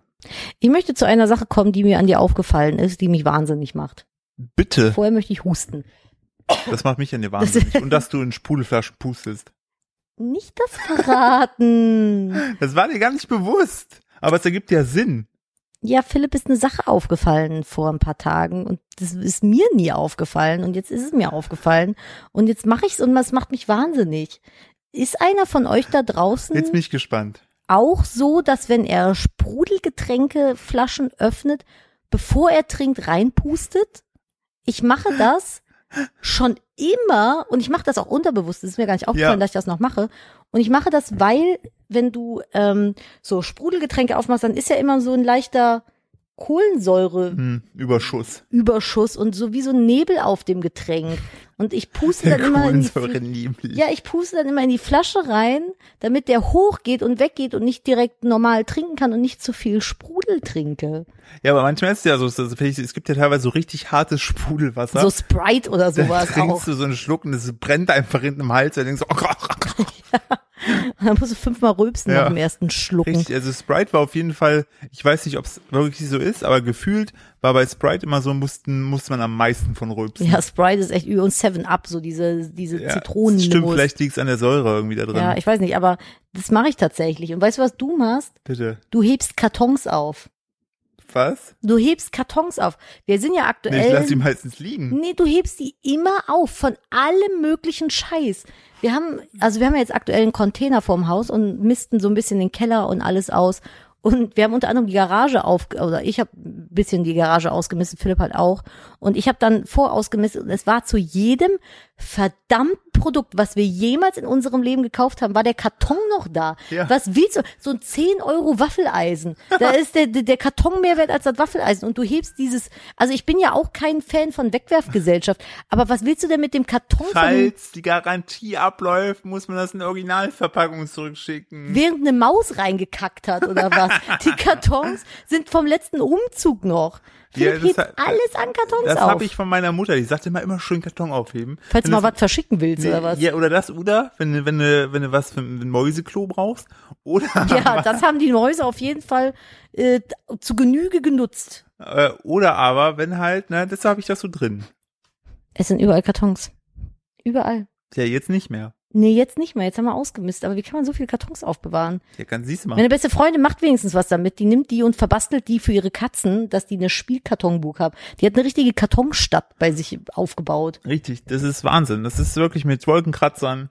Ich möchte zu einer Sache kommen, die mir an dir aufgefallen ist, die mich wahnsinnig macht. Bitte. Vorher möchte ich husten. Das macht mich an dir wahnsinnig. Und dass du in Sprudelflaschen pustest. Nicht das verraten. Das war dir gar nicht bewusst. Aber es ergibt ja Sinn. ja, Philipp ist eine Sache aufgefallen vor ein paar Tagen und das ist mir nie aufgefallen und jetzt ist es mir aufgefallen und jetzt mache ich es und es macht mich wahnsinnig. Ist einer von euch da draußen Jetzt bin ich gespannt. auch so, dass wenn er Sprudelgetränkeflaschen öffnet, bevor er trinkt, reinpustet? Ich mache das schon immer und ich mache das auch unterbewusst. Es ist mir gar nicht aufgefallen, Ja. dass ich das noch mache. Und ich mache das, weil wenn du ähm, so Sprudelgetränke aufmachst, dann ist ja immer so ein leichter Kohlensäureüberschuss Hm, Überschuss. und so wie so ein Nebel auf dem Getränk. Und ich puste Der dann immer in die Fl- Kohlensäurenliebling. ja, ich puste dann immer in die Flasche rein, damit der hochgeht und weggeht und nicht direkt normal trinken kann und nicht zu viel Sprudel trinke. Ja, aber manchmal ist es ja so, es- es- es gibt ja teilweise so richtig hartes Sprudelwasser. So Sprite oder dann sowas trinkst auch. du so einen Schluck und es brennt einfach hinten im Hals. Und denkst du, oh, Dann musst du fünfmal rülpsen Ja. nach dem ersten Schlucken. richtig. Also Sprite war auf jeden Fall, ich weiß nicht, ob es wirklich so ist, aber gefühlt war bei Sprite immer so, mussten, musste man am meisten von rülpsen. Ja, Sprite ist echt übel und Seven Up, so diese, diese Ja, Zitronen. Stimmt, vielleicht liegt es an der Säure irgendwie da drin. Ja, ich weiß nicht, aber das mache ich tatsächlich. Und weißt du, was du machst? Bitte. Du hebst Kartons auf. Was? Du hebst Kartons auf. Wir sind ja Nee, ich aktuell. lasse die meistens liegen. Nee, du hebst die immer auf von allem möglichen Scheiß. Wir haben, also wir haben ja jetzt aktuell einen Container vorm Haus und misten so ein bisschen den Keller und alles aus. Und wir haben unter anderem die Garage auf, oder ich habe ein bisschen die Garage ausgemistet, Philipp halt auch. Und ich habe dann vorausgemistet und es war zu jedem verdammten Produkt, was wir jemals in unserem Leben gekauft haben, war der Karton noch da. Ja. Was willst du? So ein 10 Euro Waffeleisen. Da ist der, der der Karton mehr wert als das Waffeleisen. Und du hebst dieses, also ich bin ja auch kein Fan von Wegwerfgesellschaft, aber was willst du denn mit dem Karton von, Falls die Garantie abläuft, muss man das in der Originalverpackung zurückschicken. während eine Maus reingekackt hat oder was? Die Kartons sind vom letzten Umzug noch. Ja, Philipp das hat- hebt alles an Kartons Das auf. habe ich von meiner Mutter, die sagte immer, immer schön Karton aufheben. falls du Wenn mal das- was verschicken willst Nee, oder was. Ja, oder das, oder wenn du, wenn du, wenn du was für ein Mäuseklo brauchst, oder, Ja, das haben die Mäuse auf jeden Fall äh, zu Genüge genutzt. äh, oder aber, wenn halt, ne, deshalb habe ich das so drin. Es sind überall Kartons. Überall. Ja, jetzt nicht mehr. Nee, jetzt nicht mehr. Jetzt haben wir ausgemisst. Aber wie kann man so viele Kartons aufbewahren? Ja, kann, siehst du mal. Meine beste Freundin macht wenigstens was damit. Die nimmt die und verbastelt die für ihre Katzen, dass die eine Spielkartonbuch haben. Die hat eine richtige Kartonstadt bei sich aufgebaut. Richtig, das ist Wahnsinn. Das ist wirklich mit Wolkenkratzern,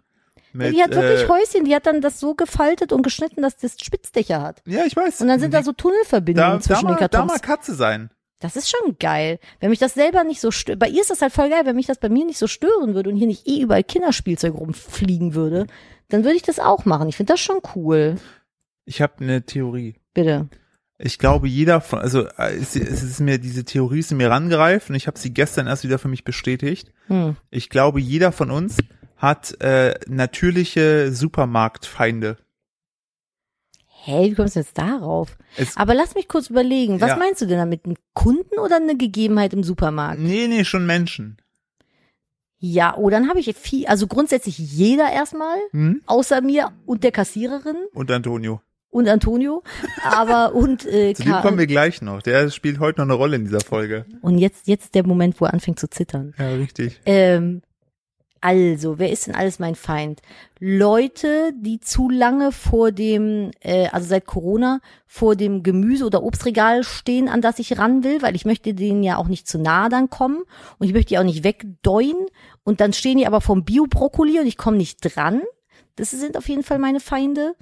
mit, die hat wirklich äh, Häuschen. Die hat dann das so gefaltet und geschnitten, dass das Spitzdächer hat. ja, ich weiß. Und dann sind da so Tunnelverbindungen da, da, zwischen den mal, da Kartons. mal Katze sein. Das ist schon geil. Wenn mich das selber nicht so stört, bei ihr ist das halt voll geil, wenn mich das bei mir nicht so stören würde und hier nicht eh überall Kinderspielzeug rumfliegen würde, dann würde ich das auch machen. Ich finde das schon cool. Ich habe eine Theorie. Bitte. Ich glaube, jeder von, also äh, es, es ist mir, diese Theorie ist mir rangereift und ich habe sie gestern erst wieder für mich bestätigt. Hm. Ich glaube, jeder von uns hat äh, natürliche Supermarktfeinde. Hey, wie kommst du jetzt darauf? Es, Aber lass mich kurz überlegen, was Ja. meinst du denn damit? Einen Kunden oder eine Gegebenheit im Supermarkt? nee, nee, schon Menschen. Ja, oh, dann habe ich viel, also grundsätzlich jeder erstmal, Hm? außer mir und der Kassiererin Und Antonio. und Antonio, aber und äh, Zu dem Ka kommen wir gleich noch. Der spielt heute noch eine Rolle in dieser Folge. und jetzt jetzt der Moment, wo er anfängt zu zittern. Ja, richtig. Ähm, also, wer ist denn alles mein Feind? Leute, die zu lange vor dem, äh, also seit Corona, vor dem Gemüse- oder Obstregal stehen, an das ich ran will, weil ich möchte denen ja auch nicht zu nahe dann kommen und ich möchte die auch nicht wegdeuen und dann stehen die aber vom Bio-Brokkoli und ich komme nicht dran. Das sind auf jeden Fall meine Feinde.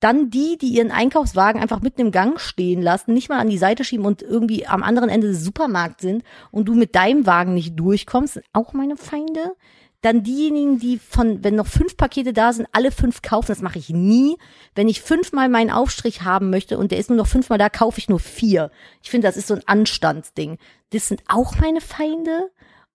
Dann die, die ihren Einkaufswagen einfach mitten im Gang stehen lassen, nicht mal an die Seite schieben und irgendwie am anderen Ende des Supermarkts sind und du mit deinem Wagen nicht durchkommst, sind auch meine Feinde. Dann diejenigen, die von, wenn noch fünf Pakete da sind, alle fünf kaufen, das mache ich nie. Wenn ich fünfmal meinen Aufstrich haben möchte und der ist nur noch fünfmal da, kaufe ich nur vier. Ich finde, das ist so ein Anstandsding. Das sind auch meine Feinde.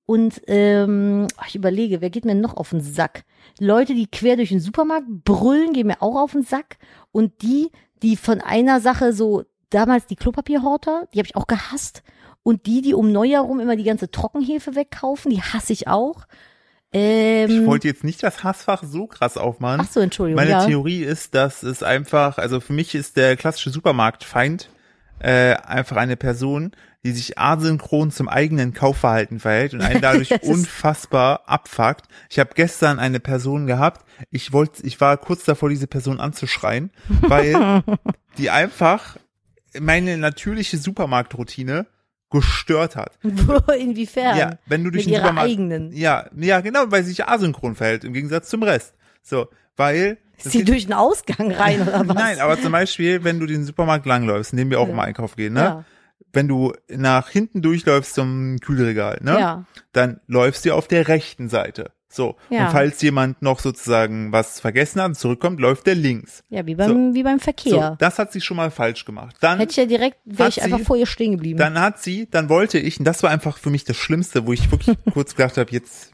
Und ähm, ich überlege, wer geht mir noch auf den Sack? Leute, die quer durch den Supermarkt brüllen, gehen mir auch auf den Sack. Und die, die von einer Sache so, damals die Klopapierhorter, die habe ich auch gehasst. Und die, die um Neujahr rum immer die ganze Trockenhefe wegkaufen, die hasse ich auch. Ähm, Ich wollte jetzt nicht das Hassfach so krass aufmachen. ach so, Entschuldigung. Meine ja. Theorie ist, dass es einfach, also für mich ist der klassische Supermarktfeind äh, einfach eine Person, die sich asynchron zum eigenen Kaufverhalten verhält und einen dadurch Das ist- unfassbar abfuckt. Ich habe gestern eine Person gehabt, ich wollte, ich war kurz davor, diese Person anzuschreien, weil die einfach meine natürliche Supermarktroutine gestört hat. Inwiefern? Ja, wenn du durch Mit den ihrer Supermarkt. eigenen. Ja, ja, genau, weil sie sich asynchron verhält im Gegensatz zum Rest. So, weil Ist die geht- durch den Ausgang rein oder was? Nein, aber zum Beispiel, wenn du den Supermarkt langläufst, in dem wir auch Ja. immer einkaufen gehen, ne? ja. Wenn du nach hinten durchläufst zum Kühlregal, ne? ja. Dann läufst du auf der rechten Seite. So. Ja. Und falls jemand noch sozusagen was vergessen hat und zurückkommt, läuft der links. Ja, wie beim, wie beim Verkehr. So, das hat sie schon mal falsch gemacht. Dann Hätte ich ja direkt, wäre Hat ich sie- einfach vor ihr stehen geblieben. dann hat sie, dann wollte ich, und das war einfach für mich das Schlimmste, wo ich wirklich kurz gedacht habe, jetzt,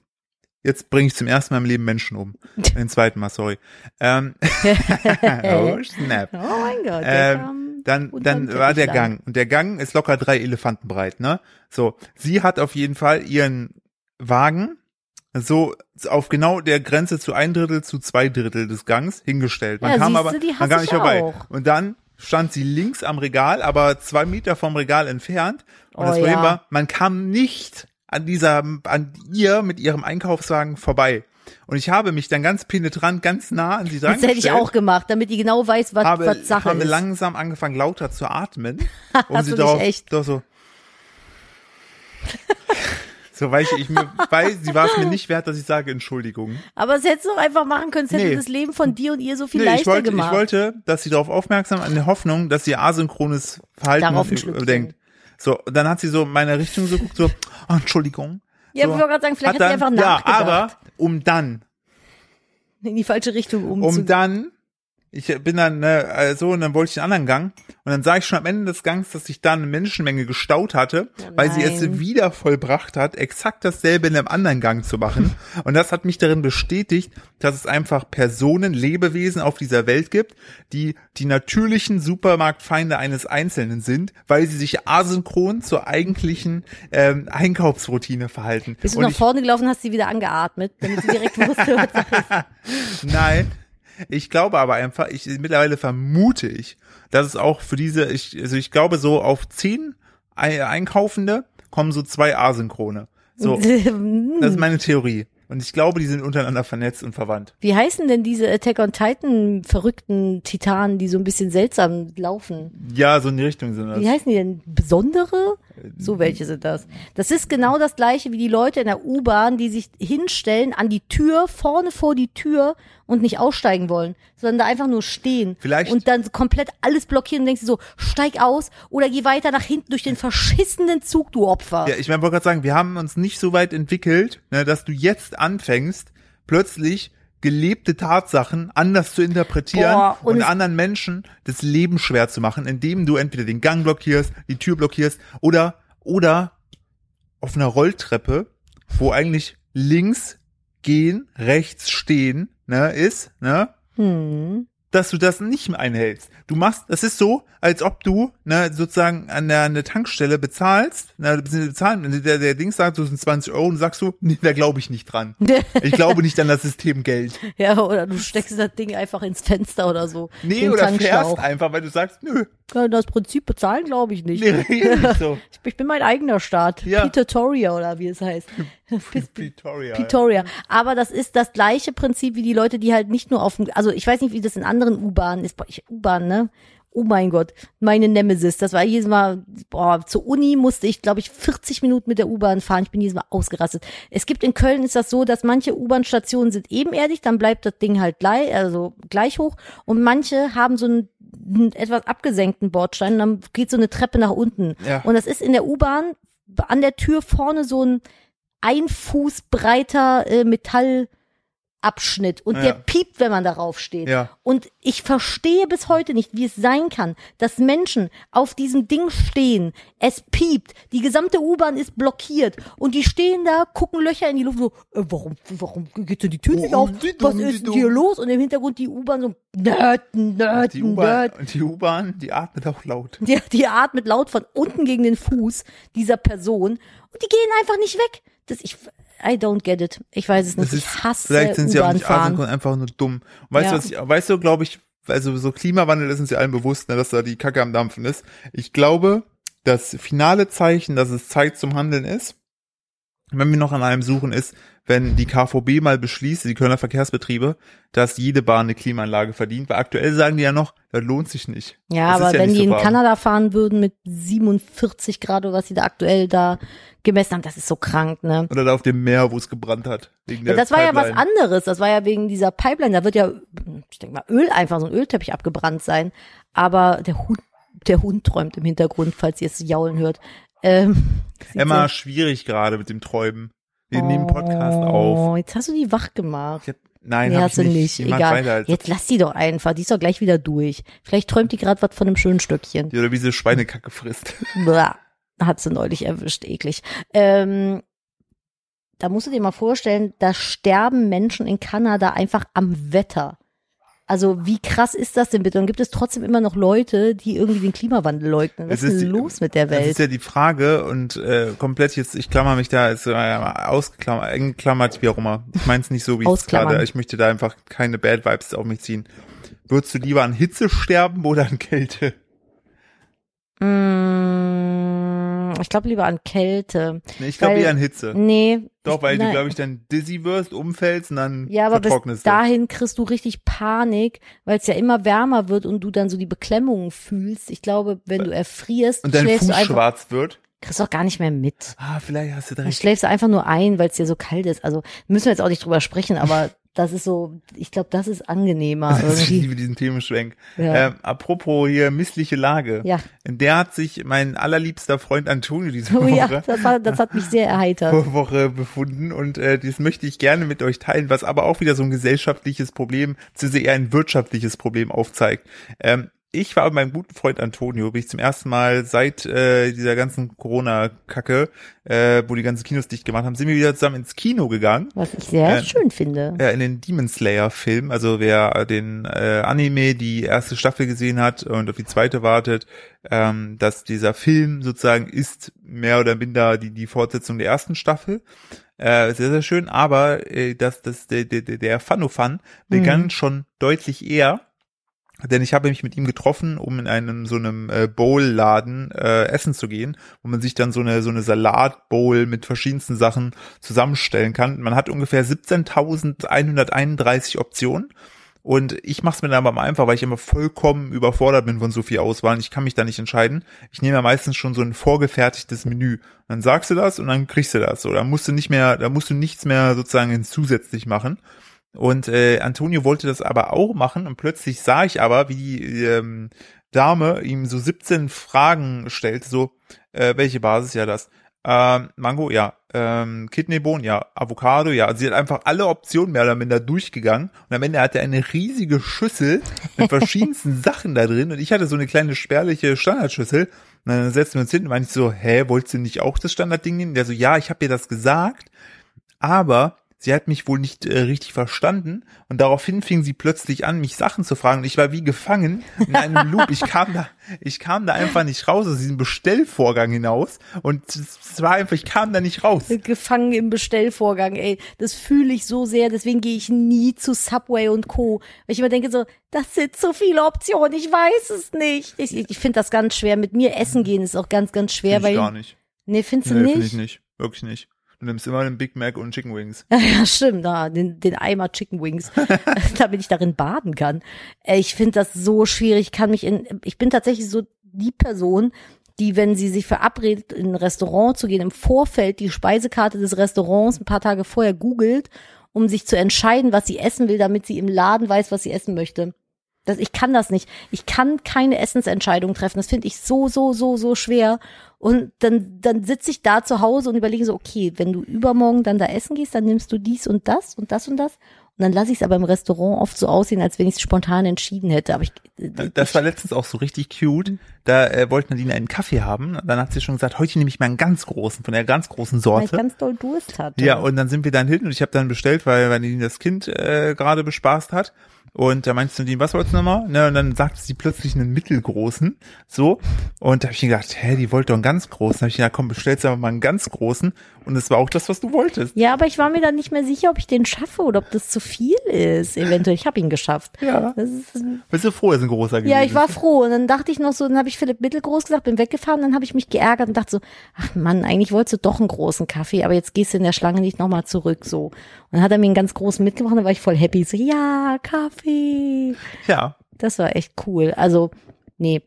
jetzt bringe ich zum ersten Mal im Leben Menschen um. Den zweiten Mal, sorry. Ähm, oh, snap. oh mein Gott. der Ähm, kam dann unterm dann Teppich war der lang. Gang. Und der Gang ist locker drei Elefanten breit, ne? So, sie hat auf jeden Fall ihren Wagen so auf genau der Grenze zu ein Drittel zu zwei Drittel des Gangs hingestellt. Man Ja, kam siehste, aber die man hasse kam nicht ich vorbei. auch. Und dann stand sie links am Regal, aber zwei Meter vom Regal entfernt. Und Oh das Problem ja. war, man kam nicht an dieser, an ihr mit ihrem Einkaufswagen vorbei. Und ich habe mich dann ganz penetrant, ganz nah an sie dran Das hätte ich auch gemacht, damit die genau weiß, was, habe, was Sache habe ist. langsam angefangen, lauter zu atmen. Um Hast sie du dich darauf, echt? doch so. So, weil ich, ich mir, weil sie war es mir nicht wert, dass ich sage Entschuldigung. Aber das hättest du doch einfach machen können, es hätte Nee. das Leben von dir und ihr so viel Nee, leichter ich wollte, gemacht. ich wollte, dass sie darauf aufmerksam, in der Hoffnung, dass sie asynchrones Verhalten Darauf ein Schlückchen. denkt. So, und dann hat sie so in meine Richtung so geguckt, so, oh, Entschuldigung. ja, so, ich wollte gerade sagen, vielleicht hat hätte ich einfach dann, Ja, nachgedacht. aber, um dann, in die falsche Richtung um umzugehen. dann, ich bin dann ne, äh, so und dann wollte ich den anderen Gang und dann sah ich schon am Ende des Gangs, dass sich da eine Menschenmenge gestaut hatte, weil sie es Oh nein. wieder vollbracht hat, exakt dasselbe in einem anderen Gang zu machen. und das hat mich darin bestätigt, dass es einfach Personen, Lebewesen auf dieser Welt gibt, die die natürlichen Supermarktfeinde eines Einzelnen sind, weil sie sich asynchron zur eigentlichen ähm, Einkaufsroutine verhalten. Bist du Und nach ich- vorne gelaufen, hast sie wieder angeatmet, damit sie direkt wusste, was Sache ist. Nein. Ich glaube aber einfach, ich mittlerweile vermute ich, dass es auch für diese, ich, also ich glaube so auf zehn Ei- Einkaufende kommen so zwei Asynchrone. So, das ist meine Theorie. Und ich glaube, die sind untereinander vernetzt und verwandt. Wie heißen denn diese Attack on Titan verrückten Titanen, die so ein bisschen seltsam laufen? Ja, so in die Richtung sind das. Wie heißen die denn? Besondere? Äh, So welche sind das? Das ist genau das gleiche wie die Leute in der U-Bahn, die sich hinstellen an die Tür, vorne vor die Tür und nicht aussteigen wollen, sondern da einfach nur stehen. Vielleicht- Und dann komplett alles blockieren und denkst dir so, steig aus oder geh weiter nach hinten durch den verschissenen Zug, du Opfer. Ja, ich mein, wollte gerade sagen, wir haben uns nicht so weit entwickelt, ne, dass du jetzt anfängst, plötzlich gelebte Tatsachen anders zu interpretieren Boah, und und es- anderen Menschen das Leben schwer zu machen, indem du entweder den Gang blockierst, die Tür blockierst oder oder auf einer Rolltreppe, wo eigentlich links gehen, rechts stehen, ne, ist, ne, Hm. dass du das nicht mehr einhältst. Du machst, das ist so, als ob du ne, sozusagen an der, an der Tankstelle bezahlst, ne, beziehungsweise bezahlen, wenn der, der Dings sagt, so sind 20 Euro und sagst du, nee, da glaube ich nicht dran. Ich glaube nicht an das System Geld. ja, oder du steckst das Ding einfach ins Fenster oder so. Nee, Den oder Tankschlauch. fährst einfach, weil du sagst, nö, Ja, Das Prinzip bezahlen glaube ich nicht. nee, nicht so. Ich- Ich bin mein eigener Staat. Ja. Pitoria oder wie es heißt. Pis- Pretoria. Pitoria. Aber das ist das gleiche Prinzip wie die Leute, die halt nicht nur auf dem, also ich weiß nicht, wie das in anderen U-Bahnen ist. Boah, ich- U-Bahn, ne? Oh mein Gott, meine Nemesis. Das war jedes Mal, boah, zur Uni musste ich, glaube ich, 40 Minuten mit der U-Bahn fahren. Ich bin jedes Mal ausgerastet. Es gibt in Köln ist das so, dass manche U-Bahn-Stationen sind ebenerdig, dann bleibt das Ding halt gleich, also gleich hoch. Und manche haben so einen, einen etwas abgesenkten Bordstein und dann geht so eine Treppe nach unten. Ja. Und das ist in der U-Bahn an der Tür vorne so ein ein Fuß breiter äh, Metallabschnitt und Ja. der piept, wenn man darauf steht. Ja. Und ich verstehe bis heute nicht, wie es sein kann, dass Menschen auf diesem Ding stehen, es piept, die gesamte U-Bahn ist blockiert und die stehen da, gucken Löcher in die Luft so, äh, warum, warum geht denn die Tür nicht auf? Warum geht Was denn die ist Tür? denn hier los? Und im Hintergrund die U-Bahn so, nöten, Die nöten, U-Bahn, nöten. die U-Bahn, die atmet auch laut. Die, die atmet laut von unten gegen den Fuß dieser Person und die gehen einfach nicht weg. Das ich I don't get it. Ich weiß es nicht. Das ist, ich Also hasse vielleicht sind sie auch U-Bahn nicht Asien, fahren. einfach nur dumm. Und weißt Ja. du, was ich, weißt du, glaube ich, also so Klimawandel ist uns ja allen bewusst, ne, dass da die Kacke am Dampfen ist. Ich glaube, das finale Zeichen, dass es Zeit zum Handeln ist, wenn wir noch an einem suchen, ist, wenn die KVB mal beschließt, die Kölner Verkehrsbetriebe, dass jede Bahn eine Klimaanlage verdient, weil aktuell sagen die ja noch, das lohnt sich nicht. Ja, Das ist aber wenn nicht die so in warm. Kanada fahren würden mit 47 Grad oder was sie da aktuell da gemessen haben, das ist so krank, ne? Oder da auf dem Meer, wo es gebrannt hat. Wegen Ja, der das war ja was Pipeline. anderes. Das war ja wegen dieser Pipeline. Da wird ja, ich denke mal, Öl einfach, so ein Ölteppich abgebrannt sein. Aber der Hund, der Hund träumt im Hintergrund, falls ihr es jaulen hört. Ähm, Emma, schwierig gerade mit dem Träumen. Wir nehmen Podcast auf. Oh, jetzt hast du die wach gemacht. Ich hab, nein, Nee, hab hast ich du nicht. nicht. Ich mach weiter Egal. als Jetzt lass die doch einfach. Die ist doch gleich wieder durch. Vielleicht träumt die gerade was von einem schönen Stöckchen. die oder wie sie Schweinekacke frisst. Blah. Hat sie neulich erwischt. Eklig. Ähm, da musst du dir mal vorstellen, da sterben Menschen in Kanada einfach am Wetter. Also wie krass ist das denn bitte? Und gibt es trotzdem immer noch Leute, die irgendwie den Klimawandel leugnen? Was Es ist ist denn die- los mit der Das ist Welt? ja die Frage und äh, komplett jetzt, ich klammer mich da, ist äh, ausgeklammert, eingeklammert, wie auch immer. Ich meins nicht so, wie ich es Ausklammern. gerade, ich möchte da einfach keine Bad Vibes auf mich ziehen. Würdest du lieber an Hitze sterben oder an Kälte? Mm, Ich glaube lieber an Kälte. Nee, ich glaube Weil- eher an Hitze. Nee. Doch, weil du, nein. glaube ich, dann dizzy wirst, umfällst und dann Ja, aber bis vertrocknest du. dahin kriegst du richtig Panik, weil es ja immer wärmer wird und du dann so die Beklemmungen fühlst. Ich glaube, wenn du erfrierst, Und dein schläfst Fuß du einfach, schwarz wird. kriegst du auch gar nicht mehr mit. Ah, vielleicht hast du Dann recht. schläfst du einfach nur ein, weil es dir so kalt ist. Also müssen wir jetzt auch nicht drüber sprechen, aber das ist so, ich glaube, das ist angenehmer Ich irgendwie. liebe diesen Themenschwenk. Ja. Ähm, apropos hier missliche Lage. Ja. In der hat sich mein allerliebster Freund Antonio diese Oh Woche, ja, das, war, das hat mich sehr Oh. erheitert. Woche befunden und äh, das möchte ich gerne mit euch teilen, was aber auch wieder so ein gesellschaftliches Problem, beziehungsweise eher ein wirtschaftliches Problem aufzeigt. Ähm, ich war mit meinem guten Freund Antonio, bin ich zum ersten Mal seit äh, dieser ganzen Corona-Kacke, äh, wo die ganzen Kinos dicht gemacht haben, sind wir wieder zusammen ins Kino gegangen. Was ich sehr Ähm, schön finde. Ja, in den Demon Slayer Film, also wer den äh, Anime die erste Staffel gesehen hat und auf die zweite wartet, ähm, dass dieser Film sozusagen ist mehr oder minder die, die Fortsetzung der ersten Staffel. Äh, sehr, sehr schön, aber äh, das, das, der, der, der- der Fanofan begann schon deutlich eher, denn ich habe mich mit ihm getroffen, um in einem so einem äh, Bowl-Laden äh, essen zu gehen, wo man sich dann so eine so eine Salat-Bowl mit verschiedensten Sachen zusammenstellen kann. Man hat ungefähr 17.131 Optionen. Und ich mache es mir dann aber immer einfach, weil ich immer vollkommen überfordert bin von so viel Auswahl. und Ich kann mich da nicht entscheiden. Ich nehme ja meistens schon so ein vorgefertigtes Menü. Dann sagst du das und dann kriegst du das. So, da musst du nicht mehr, da musst du nichts mehr sozusagen zusätzlich machen. Und äh, Antonio wollte das aber auch machen und plötzlich sah ich aber, wie die ähm, Dame ihm so 17 Fragen stellte, so, äh, welche Basis ja das? Ähm, Mango, ja. Ähm, Kidneybohnen, ja. Avocado, ja. Also sie hat einfach alle Optionen mehr oder minder durchgegangen. Und am Ende hatte er eine riesige Schüssel mit verschiedensten Sachen da drin. Und ich hatte so eine kleine spärliche Standardschüssel. Und dann setzten wir uns hin und meinte ich so, hä, wolltest du nicht auch das Standardding nehmen? Der so, ja, ich habe dir das gesagt, aber sie hat mich wohl nicht äh, richtig verstanden. Und daraufhin fing sie plötzlich an, mich Sachen zu fragen. Und ich war wie gefangen in einem Loop. Ich kam da, ich kam da einfach nicht raus aus diesem Bestellvorgang hinaus. Und es es war einfach, ich kam da nicht raus. Äh, Gefangen im Bestellvorgang, ey. Das fühle ich so sehr, deswegen gehe ich nie zu Subway und Co. Weil ich immer denke so, das sind so viele Optionen, ich weiß es nicht. Ich, ich finde das ganz schwer. Mit mir essen gehen ist auch ganz, ganz schwer, Find weil. ich gar nicht. Nee, findest du Nee, nicht? finde ich nicht. Wirklich nicht. Du nimmst immer einen Big Mac und Chicken Wings. Ja, stimmt, da, den, den Eimer Chicken Wings, damit ich darin baden kann. Äh, Ich finde das so schwierig, ich kann mich in, ich bin tatsächlich so die Person, die, wenn sie sich verabredet, in ein Restaurant zu gehen, im Vorfeld die Speisekarte des Restaurants ein paar Tage vorher googelt, um sich zu entscheiden, was sie essen will, damit sie im Laden weiß, was sie essen möchte. Das, ich kann das nicht. Ich kann keine Essensentscheidung treffen. Das finde ich so, so, so, so schwer. Und dann, dann sitze ich da zu Hause und überlege so, okay, wenn du übermorgen dann da essen gehst, dann nimmst du dies und das und das und das. Und dann lasse ich es aber im Restaurant oft so aussehen, als wenn ich es spontan entschieden hätte. Aber ich, äh, Das war letztens auch so richtig cute. Da äh, wollte Nadine einen Kaffee haben. Dann hat sie schon gesagt, heute nehme ich mal einen ganz großen, von der ganz großen weil ich Sorte. ganz doll Durst hatte. Ja, und dann sind wir dann hin und ich habe dann bestellt, weil weil Nadine das Kind äh, gerade bespaßt hat. Und da meinst du, Nadine, was wolltest du nochmal? Ne, und dann sagt sie plötzlich einen mittelgroßen. So. Und da habe ich mir gedacht, hä, die wollte doch einen ganz großen. Da habe ich gedacht, komm, bestellst du aber mal einen ganz großen. Und das war auch das, was du wolltest. ja, aber ich war mir dann nicht mehr sicher, ob ich den schaffe oder ob das zu viel ist. Eventuell, ich habe ihn geschafft. Ja. Das ist Bist du froh, dass ein großer gewesen Ja, ich war ist? froh. Und dann dachte ich noch so, dann habe ich Philipp mittelgroß gesagt, bin weggefahren, dann habe ich mich geärgert und dachte so, ach Mann, eigentlich wolltest du doch einen großen Kaffee, aber jetzt gehst du in der Schlange nicht nochmal zurück so. Und dann hat er mir einen ganz großen mitgebracht, dann war ich voll happy. So, ja, Kaffee. Ja. Das war echt cool. Also, nee.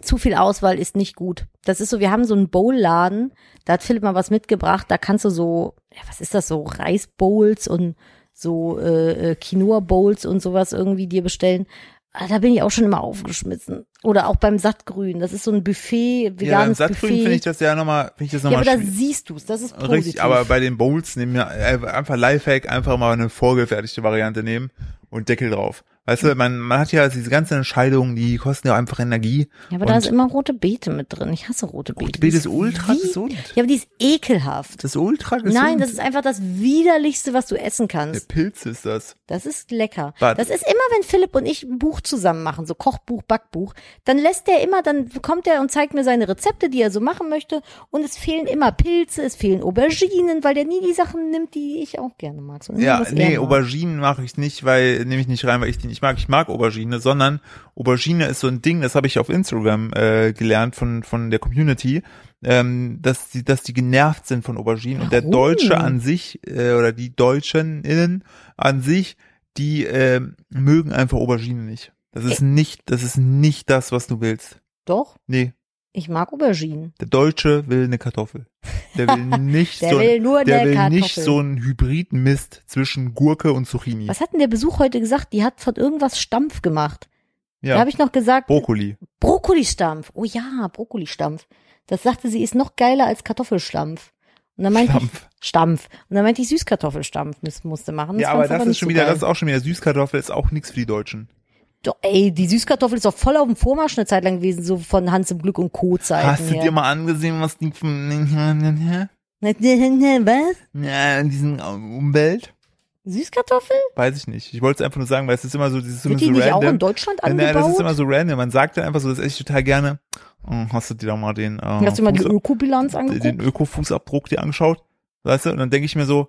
Zu viel Auswahl ist nicht gut. Das ist so, wir haben so einen Bowl-Laden, da hat Philipp mal was mitgebracht, da kannst du so, ja, was ist das, so Reisbowls und so äh, äh, Quinoa-Bowls und sowas irgendwie dir bestellen. Ah, Da bin ich auch schon immer aufgeschmissen. Oder auch beim Sattgrün, das ist so ein Buffet, Ja, beim veganes Sattgrün Buffet. finde ich das ja nochmal, finde ich das ja, nochmal aber da schwierig. siehst du's, das ist positiv. Richtig, aber bei den Bowls nehmen wir äh, einfach Lifehack, einfach mal eine vorgefertigte Variante nehmen und Deckel drauf. Weißt du, man, man hat ja diese ganzen Entscheidungen, die kosten ja einfach Energie. ja, aber da und ist immer rote Beete mit drin. Ich hasse rote Beete. Rote Beete Die ist ultra wie- gesund. Ja, aber die ist ekelhaft. das ist ultra gesund. Nein, das ist einfach das widerlichste, was du essen der kannst. Pilz ist das. Das ist lecker. But- das ist immer, wenn Philipp und ich ein Buch zusammen machen, so Kochbuch, Backbuch, dann lässt der immer, dann kommt er und zeigt mir seine Rezepte, die er so machen möchte. Und es fehlen immer Pilze, es fehlen Auberginen, weil der nie die Sachen nimmt, die ich auch gerne mag. sondern nur, Ja, was er nee, mag. Auberginen mache ich nicht, weil nehme ich nicht rein, weil ich die nicht mag. Ich mag Aubergine, sondern Aubergine ist so ein Ding, das habe ich auf Instagram äh, gelernt von von der Community, ähm, dass die dass die genervt sind von Auberginen und der Warum? Deutsche an sich äh, oder die Deutschen innen an sich, die äh, mögen einfach Aubergine nicht. Das ist nicht, das ist nicht das, was du willst. Doch, Nee, ich mag Auberginen. der Deutsche will eine Kartoffel. Der will nicht Der so ein, will nur der eine will Kartoffel. nicht so einen Hybridmist zwischen Gurke und Zucchini. was hat denn der Besuch heute gesagt? Die hat von irgendwas Stampf gemacht. Ja. Da habe ich noch gesagt, Brokkoli. Brokkolistampf. Oh ja, Brokkolistampf. Das sagte sie, ist noch geiler als Kartoffelstampf. Und dann meinte Stampf. ich Stampf. Und dann meinte ich Süßkartoffelstampf muss, musste machen. Ja, fand aber ich das nicht ist schon so wieder, geil. das ist auch schon wieder Süßkartoffel, ist auch nichts für die Deutschen. Doch, ey, die Süßkartoffel ist doch voll auf dem Vormarsch eine Zeit lang gewesen, so von Hans im Glück und Co. Zeiten. Hast du dir mal angesehen, was die von Ne, Was? ja, in diesen Umwelt? Süßkartoffel? Weiß ich nicht. Ich wollte es einfach nur sagen, weil es ist immer so, dieses Wird so die nicht auch random. in Deutschland Ja, nein, das ist angebaut? immer so random. Man sagt dann einfach so, das esse ich total gerne. Oh, hast du dir da mal den, äh, Hast du mal die Fuß- Ökobilanz den angeguckt? Öko-Fußabdruck dir angeschaut? Weißt du? Und dann denke ich mir so,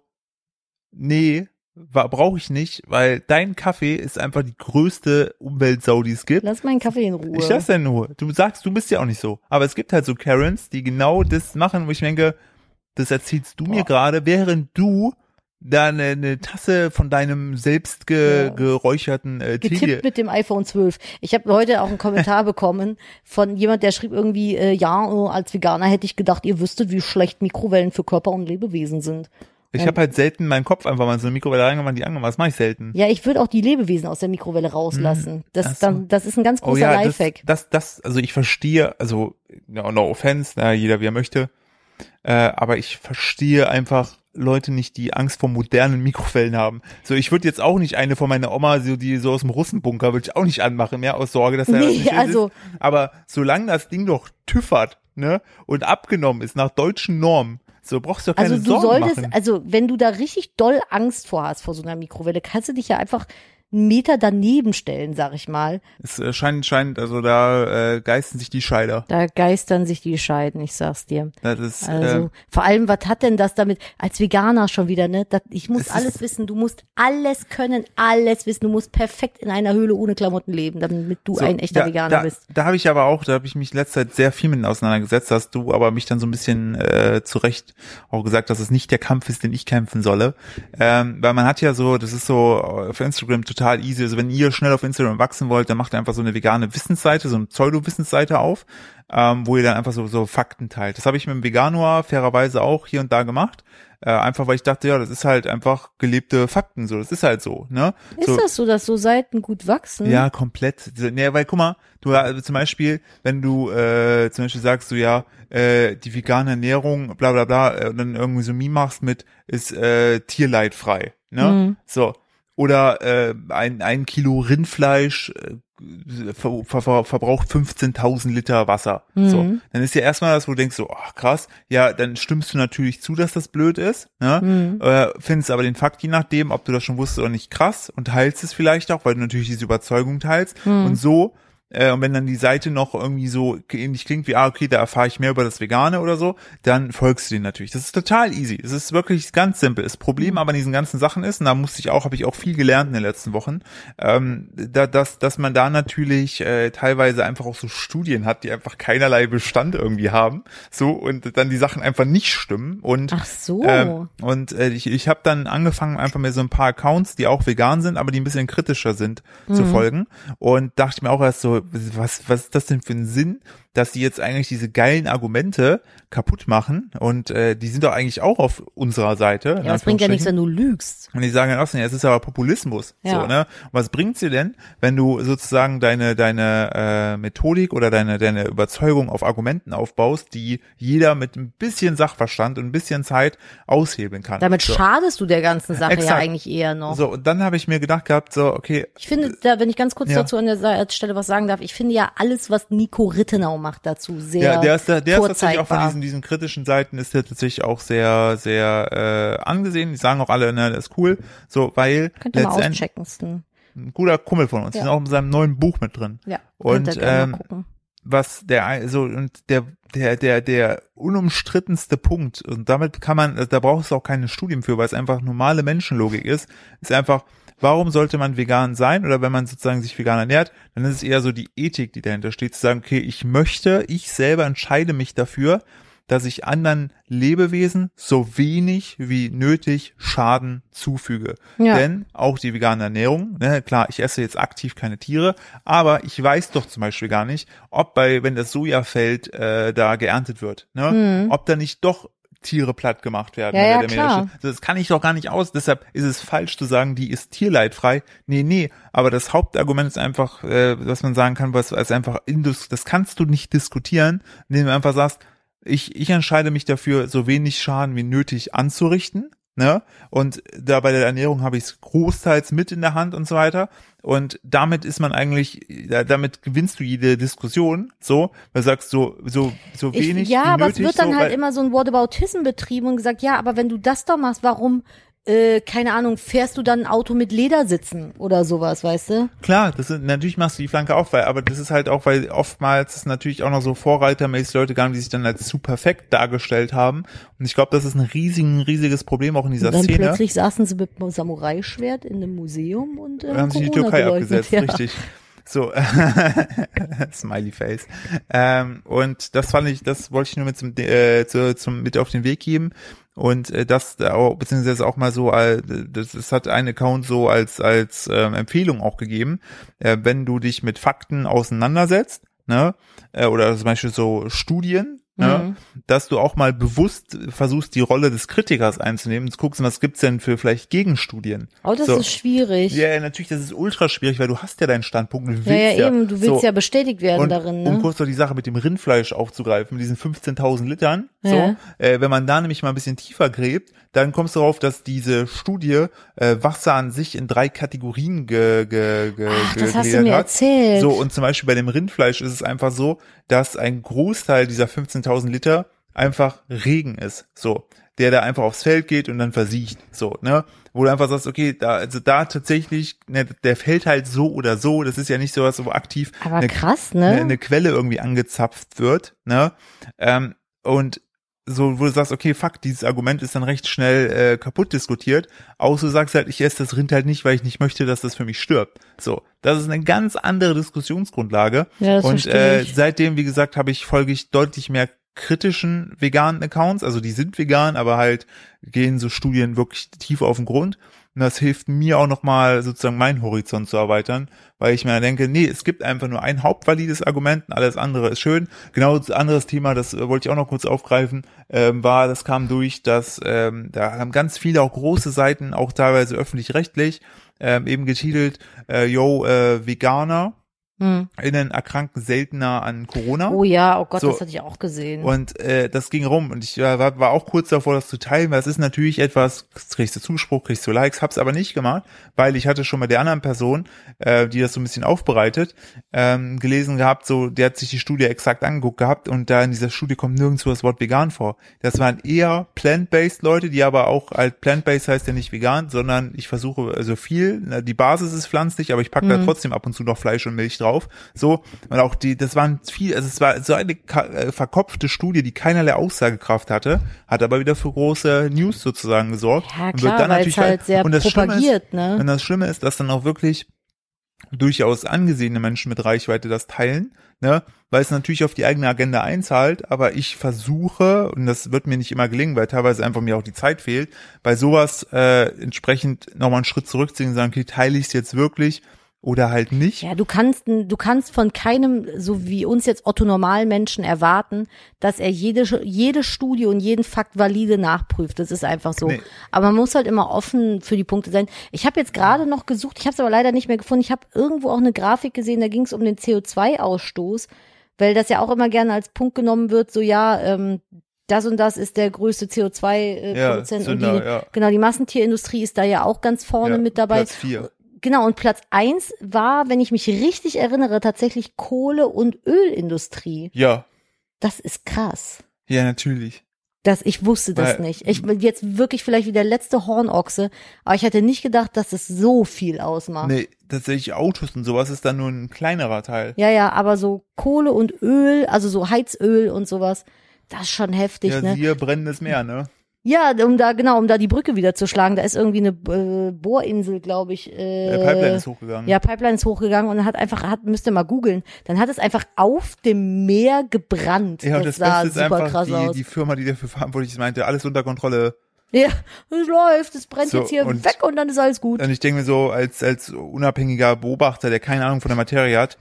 nee, brauche ich nicht, weil dein Kaffee ist einfach die größte Umweltsau, die es gibt. Lass meinen Kaffee in Ruhe. Ich lasse ja nur. Du sagst, du bist ja auch nicht so. Aber es gibt halt so Karens, die genau das machen, wo ich denke, das erzählst du mir Boah. gerade, während du da eine, eine Tasse von deinem selbst ge Ja. geräucherten äh, Tee getippt mit dem iPhone 12. Ich habe heute auch einen Kommentar bekommen von jemand, der schrieb irgendwie, äh, ja, äh, als Veganer hätte ich gedacht, ihr wüsstet, wie schlecht Mikrowellen für Körper und Lebewesen sind. Ich habe halt selten meinen Kopf einfach mal in so eine Mikrowelle reingemacht, die angemacht. Das mache ich selten. Ja, ich würde auch die Lebewesen aus der Mikrowelle rauslassen. Hm. ach Das, so. dann, das ist ein ganz großer Oh das, Lifehack. das, das, also ich verstehe, also no, no offense, na, ne, jeder wie er möchte. Äh, aber ich verstehe einfach Leute nicht, die Angst vor modernen Mikrowellen haben. So, ich würde jetzt auch nicht eine von meiner Oma, so die so aus dem Russenbunker, würde ich auch nicht anmachen, mehr aus Sorge, dass er Nee, das nicht also- ist. Aber solange das Ding doch tüffert, ne, und abgenommen ist nach deutschen Normen, so brauchst du doch keine Also du Sorgen solltest, machen. also wenn du da richtig doll Angst vor hast vor so einer Mikrowelle, kannst du dich ja einfach einen Meter daneben stellen, sag ich mal. Es äh, scheint, scheint, also da äh, geisten sich die Scheider. Da geistern sich die Scheiden, ich sag's dir. Das ist, Also äh, vor allem, was hat denn das damit als Veganer schon wieder, ne? Das, ich muss Es ist- alles wissen, du musst alles können, alles wissen, du musst perfekt in einer Höhle ohne Klamotten leben, damit du so, ein echter da, Veganer da, bist. Da habe ich aber auch, da habe ich mich letzte Zeit sehr viel mit auseinandergesetzt, hast du aber mich dann so ein bisschen äh, zu Recht auch gesagt, dass es nicht der Kampf ist, den ich kämpfen solle. Ähm, weil man hat ja so, das ist so auf Instagram total easy. Also wenn ihr schnell auf Instagram wachsen wollt, dann macht ihr einfach so eine vegane Wissensseite, so eine Pseudo-Wissensseite auf, ähm, wo ihr dann einfach so, so Fakten teilt. Das habe ich mit dem Veganuar fairerweise auch hier und da gemacht. Äh, einfach weil ich dachte, ja, das ist halt einfach gelebte Fakten, so, das ist halt so, ne? Ist so, das so, dass so Seiten gut wachsen? ja, komplett. So, Nee, weil guck mal, du äh, zum Beispiel, wenn du äh, zum Beispiel sagst du ja, äh, die vegane Ernährung, bla bla bla, äh, und dann irgendwie so Meme machst mit, ist äh, tierleidfrei. Ne? Mhm. So. Oder äh, ein, ein Kilo Rindfleisch äh, ver, ver, ver, verbraucht 15.000 Liter Wasser. So. Mhm. Dann ist ja erstmal das, wo du denkst, so, ach krass, ja, dann stimmst du natürlich zu, dass das blöd ist. Ne? Mhm. äh, findest aber den Fakt, je nachdem, ob du das schon wusstest oder nicht, krass und teilst es vielleicht auch, weil du natürlich diese Überzeugung teilst Mhm. und so. Äh, und wenn dann die Seite noch irgendwie so ähnlich klingt wie, ah, okay, da erfahre ich mehr über das Vegane oder so, dann folgst du denen natürlich. Das ist total easy. Das ist wirklich ganz simpel. Das Mhm. Problem aber an diesen ganzen Sachen ist, und da musste ich auch, habe ich auch viel gelernt in den letzten Wochen, ähm, da, dass, dass man da natürlich äh, teilweise einfach auch so Studien hat, die einfach keinerlei Bestand irgendwie haben. So, und dann die Sachen einfach nicht stimmen. Und Ach so. ähm, und äh, ich, ich habe dann angefangen, einfach mir so ein paar Accounts, die auch vegan sind, aber die ein bisschen kritischer sind, Mhm. zu folgen. Und dachte mir auch erst so, was, was ist das denn für ein Sinn, dass die jetzt eigentlich diese geilen Argumente kaputt machen? Und äh, die sind doch eigentlich auch auf unserer Seite. in ja, das bringt ja Anführungsstrichen. nichts, wenn du lügst. Und die sagen dann auch so, ja, es ist aber Populismus. Ja. So, ne? Und was bringt's dir denn, wenn du sozusagen deine, deine äh, Methodik oder deine, deine Überzeugung auf Argumenten aufbaust, die jeder mit ein bisschen Sachverstand und ein bisschen Zeit aushebeln kann? Damit so. schadest du der ganzen Sache ja Exakt. eigentlich eher noch. So, und dann habe ich mir gedacht gehabt, so, okay, Ich finde, da, wenn ich ganz kurz Ja. dazu an der Sa- Stelle was sagen darf, ich finde ja alles, was Nico Rittenau macht, dazu sehr der, der ist, der, der ist tatsächlich auch von vorzeigbar. diesen, diesen kritischen Seiten ist der tatsächlich auch sehr, sehr äh, angesehen. Die sagen auch alle, ne, das ist cool. So, weil Könnt ihr mal letztendlich- auschecken, Stan. ein guter Kumpel von uns, Ja. der ist auch in seinem neuen Buch mit drin. Ja, Und, könnt ihr gerne ähm, mal gucken. was der also und der der der der unumstrittenste Punkt und damit kann man also da brauchst du auch keine Studien für, weil es einfach normale Menschenlogik ist, ist einfach warum sollte man vegan sein oder wenn man sozusagen sich vegan ernährt, dann ist es eher so die Ethik, die dahinter steht, zu sagen, okay, ich möchte, ich selber entscheide mich dafür, dass ich anderen Lebewesen so wenig wie nötig Schaden zufüge. Ja. Denn auch die vegane Ernährung, ne, klar, ich esse jetzt aktiv keine Tiere, aber ich weiß doch zum Beispiel gar nicht, ob bei, wenn das Sojafeld äh, da geerntet wird, Mhm. ne, ob da nicht doch Tiere platt gemacht werden. Ja, wenn ja, der Meter klar. steht. Das kann ich doch gar nicht aus. Deshalb ist es falsch zu sagen, die ist tierleidfrei. Nee, nee. Aber das Hauptargument ist einfach, äh, was man sagen kann, was als einfach Indus, das kannst du nicht diskutieren, indem du einfach sagst, ich, ich entscheide mich dafür, so wenig Schaden wie nötig anzurichten. Ne? Und da bei der Ernährung habe ich es großteils mit in der Hand und so weiter. Und damit ist man eigentlich, da- damit gewinnst du jede Diskussion, so, weil du sagst, so, so, so wenig. ich, ja, wie aber nötig, es wird dann so, halt weil- immer so ein Whataboutism betrieben und gesagt, ja, aber wenn du das doch machst, warum, äh, keine Ahnung, fährst du dann ein Auto mit Ledersitzen oder sowas, weißt du? Klar, das sind, natürlich machst du die Flanke auf, weil, aber das ist halt auch, weil oftmals es natürlich auch noch so vorreitermäßig Leute gab, die sich dann als zu perfekt dargestellt haben. Und ich glaube, das ist ein riesigen, riesiges Problem auch in dieser Und dann Szene. plötzlich saßen sie mit einem Samurai-Schwert in einem Museum und äh, Wir haben sich in die Corona Türkei geleugnet, abgesetzt, ja. richtig. So, Smiley Face. Ähm, und das fand ich, das wollte ich nur mit zum, äh, zu, zum mit auf den Weg geben. Und äh, das, da auch- beziehungsweise auch mal so, äh, das, das hat ein Account so als, als ähm, Empfehlung auch gegeben, äh, wenn du dich mit Fakten auseinandersetzt, ne, äh, oder zum Beispiel so Studien, ne? Mhm. dass du auch mal bewusst versuchst, die Rolle des Kritikers einzunehmen und guckst, was gibt's denn für vielleicht Gegenstudien. Oh, das So. ist schwierig. Ja, ja, natürlich, das ist ultra schwierig, weil du hast ja deinen Standpunkt. und Du willst ja, ja, ja, eben, du willst so. ja bestätigt werden und, darin, Um ne? kurz noch die Sache mit dem Rindfleisch aufzugreifen, mit diesen 15.000 Litern, Ja. so, äh, wenn man da nämlich mal ein bisschen tiefer gräbt, dann kommst du darauf, dass diese Studie äh, Wasser an sich in drei Kategorien ge, ge, ge, Ach, das hast du gegliedert mir Äh, hat. erzählt. So, und zum Beispiel bei dem Rindfleisch ist es einfach so, dass ein Großteil dieser 15.000 Liter einfach Regen ist, so, der da einfach aufs Feld geht und dann versiegt, so, ne, wo du einfach sagst, okay, da, also da tatsächlich, ne, der fällt halt so oder so, das ist ja nicht sowas, wo aktiv Aber eine krass, eine, ne? eine Quelle irgendwie angezapft wird, ne? Ähm, und so, wo du sagst, okay, fuck, dieses Argument ist dann recht schnell äh, kaputt diskutiert, außer du sagst halt, ich esse das Rind halt nicht, weil ich nicht möchte, dass das für mich stirbt. So, das ist eine ganz andere Diskussionsgrundlage. ja, das und verstehe äh, ich. seitdem, wie gesagt, habe ich folge ich deutlich mehr kritischen veganen Accounts, also die sind vegan, aber halt gehen so Studien wirklich tief auf den Grund. Und das hilft mir auch nochmal sozusagen meinen Horizont zu erweitern, weil ich mir denke, nee, es gibt einfach nur ein hauptvalides Argument und alles andere ist schön. Genau das anderes Thema, das äh, wollte ich auch noch kurz aufgreifen, ähm, war, das kam durch, dass ähm, da haben ganz viele auch große Seiten, auch teilweise öffentlich-rechtlich, ähm, eben getitelt, äh, yo, äh, Veganer, Hm. innen erkranken seltener an Corona. Oh ja, oh Gott, So. das hatte ich auch gesehen. Und äh, das ging rum und ich äh, war, war auch kurz davor, das zu teilen, weil es ist natürlich etwas, kriegst du Zuspruch, kriegst du Likes, hab's aber nicht gemacht, weil ich hatte schon bei der anderen Person, äh, die das so ein bisschen aufbereitet, ähm, gelesen gehabt, so, der hat sich die Studie exakt angeguckt gehabt und da in dieser Studie kommt nirgendwo das Wort vegan vor. Das waren eher plant-based Leute, die aber auch, halt plant-based heißt ja nicht vegan, sondern ich versuche also viel, na, die Basis ist pflanzlich, aber ich packe Mhm. da trotzdem ab und zu noch Fleisch und Milch drauf. So, und auch die, das waren viel, also es war so eine ka- äh, verkopfte Studie, die keinerlei Aussagekraft hatte, hat aber wieder für große News sozusagen gesorgt. ja, und wird klar, dann weil es natürlich halt sehr und das Schlimme ist- propagiert, ne? und das Schlimme ist, dass dann auch wirklich durchaus angesehene Menschen mit Reichweite das teilen, ne? weil es natürlich auf die eigene Agenda einzahlt, aber ich versuche, und das wird mir nicht immer gelingen, weil teilweise einfach mir auch die Zeit fehlt, bei sowas äh, entsprechend nochmal einen Schritt zurückziehen und sagen, okay, teile ich es jetzt wirklich oder halt nicht. Ja, du kannst, du kannst von keinem, so wie uns jetzt Otto Normalmenschen erwarten, dass er jede, jede Studie und jeden Fakt valide nachprüft. Das ist einfach so. Nee. Aber man muss halt immer offen für die Punkte sein. Ich habe jetzt gerade noch gesucht, ich habe es aber leider nicht mehr gefunden. Ich habe irgendwo auch eine Grafik gesehen, da ging es um den CO2-Ausstoß, weil das ja auch immer gerne als Punkt genommen wird, so ja, ähm, das und das ist der größte Ja, CO2-Produzent äh, und die, Sünder, ja. genau, die Massentierindustrie ist da ja auch ganz vorne Ja, mit dabei. Platz vier. Genau, und Platz eins war, wenn ich mich richtig erinnere, tatsächlich Kohle- und Ölindustrie. Ja, Das ist krass. ja, natürlich. Das, ich wusste das Weil- nicht. Ich bin jetzt wirklich vielleicht wie der letzte Hornochse, aber ich hätte nicht gedacht, dass es so viel ausmacht. Nee, tatsächlich Autos und sowas ist dann nur ein kleinerer Teil. Ja, ja, aber so Kohle und Öl, also so Heizöl und sowas, das ist schon heftig, Ja, ne? siehe brennendes Meer, ne? Ja, um da, genau, um da die Brücke wieder zu schlagen, da ist irgendwie eine äh, Bohrinsel, glaube ich. Der Äh, Pipeline ist hochgegangen. Ja, Pipeline ist hochgegangen und hat einfach, hat, müsst ihr mal googeln, dann hat es einfach auf dem Meer gebrannt. Ja, und das, das, sah Beste ist super einfach krass die, aus. die Firma, die dafür verantwortlich ist, meinte, alles unter Kontrolle. ja, es läuft, es brennt So, jetzt hier und- weg und dann ist alles gut. Und ich denke mir so, als, als unabhängiger Beobachter, der keine Ahnung von der Materie hat,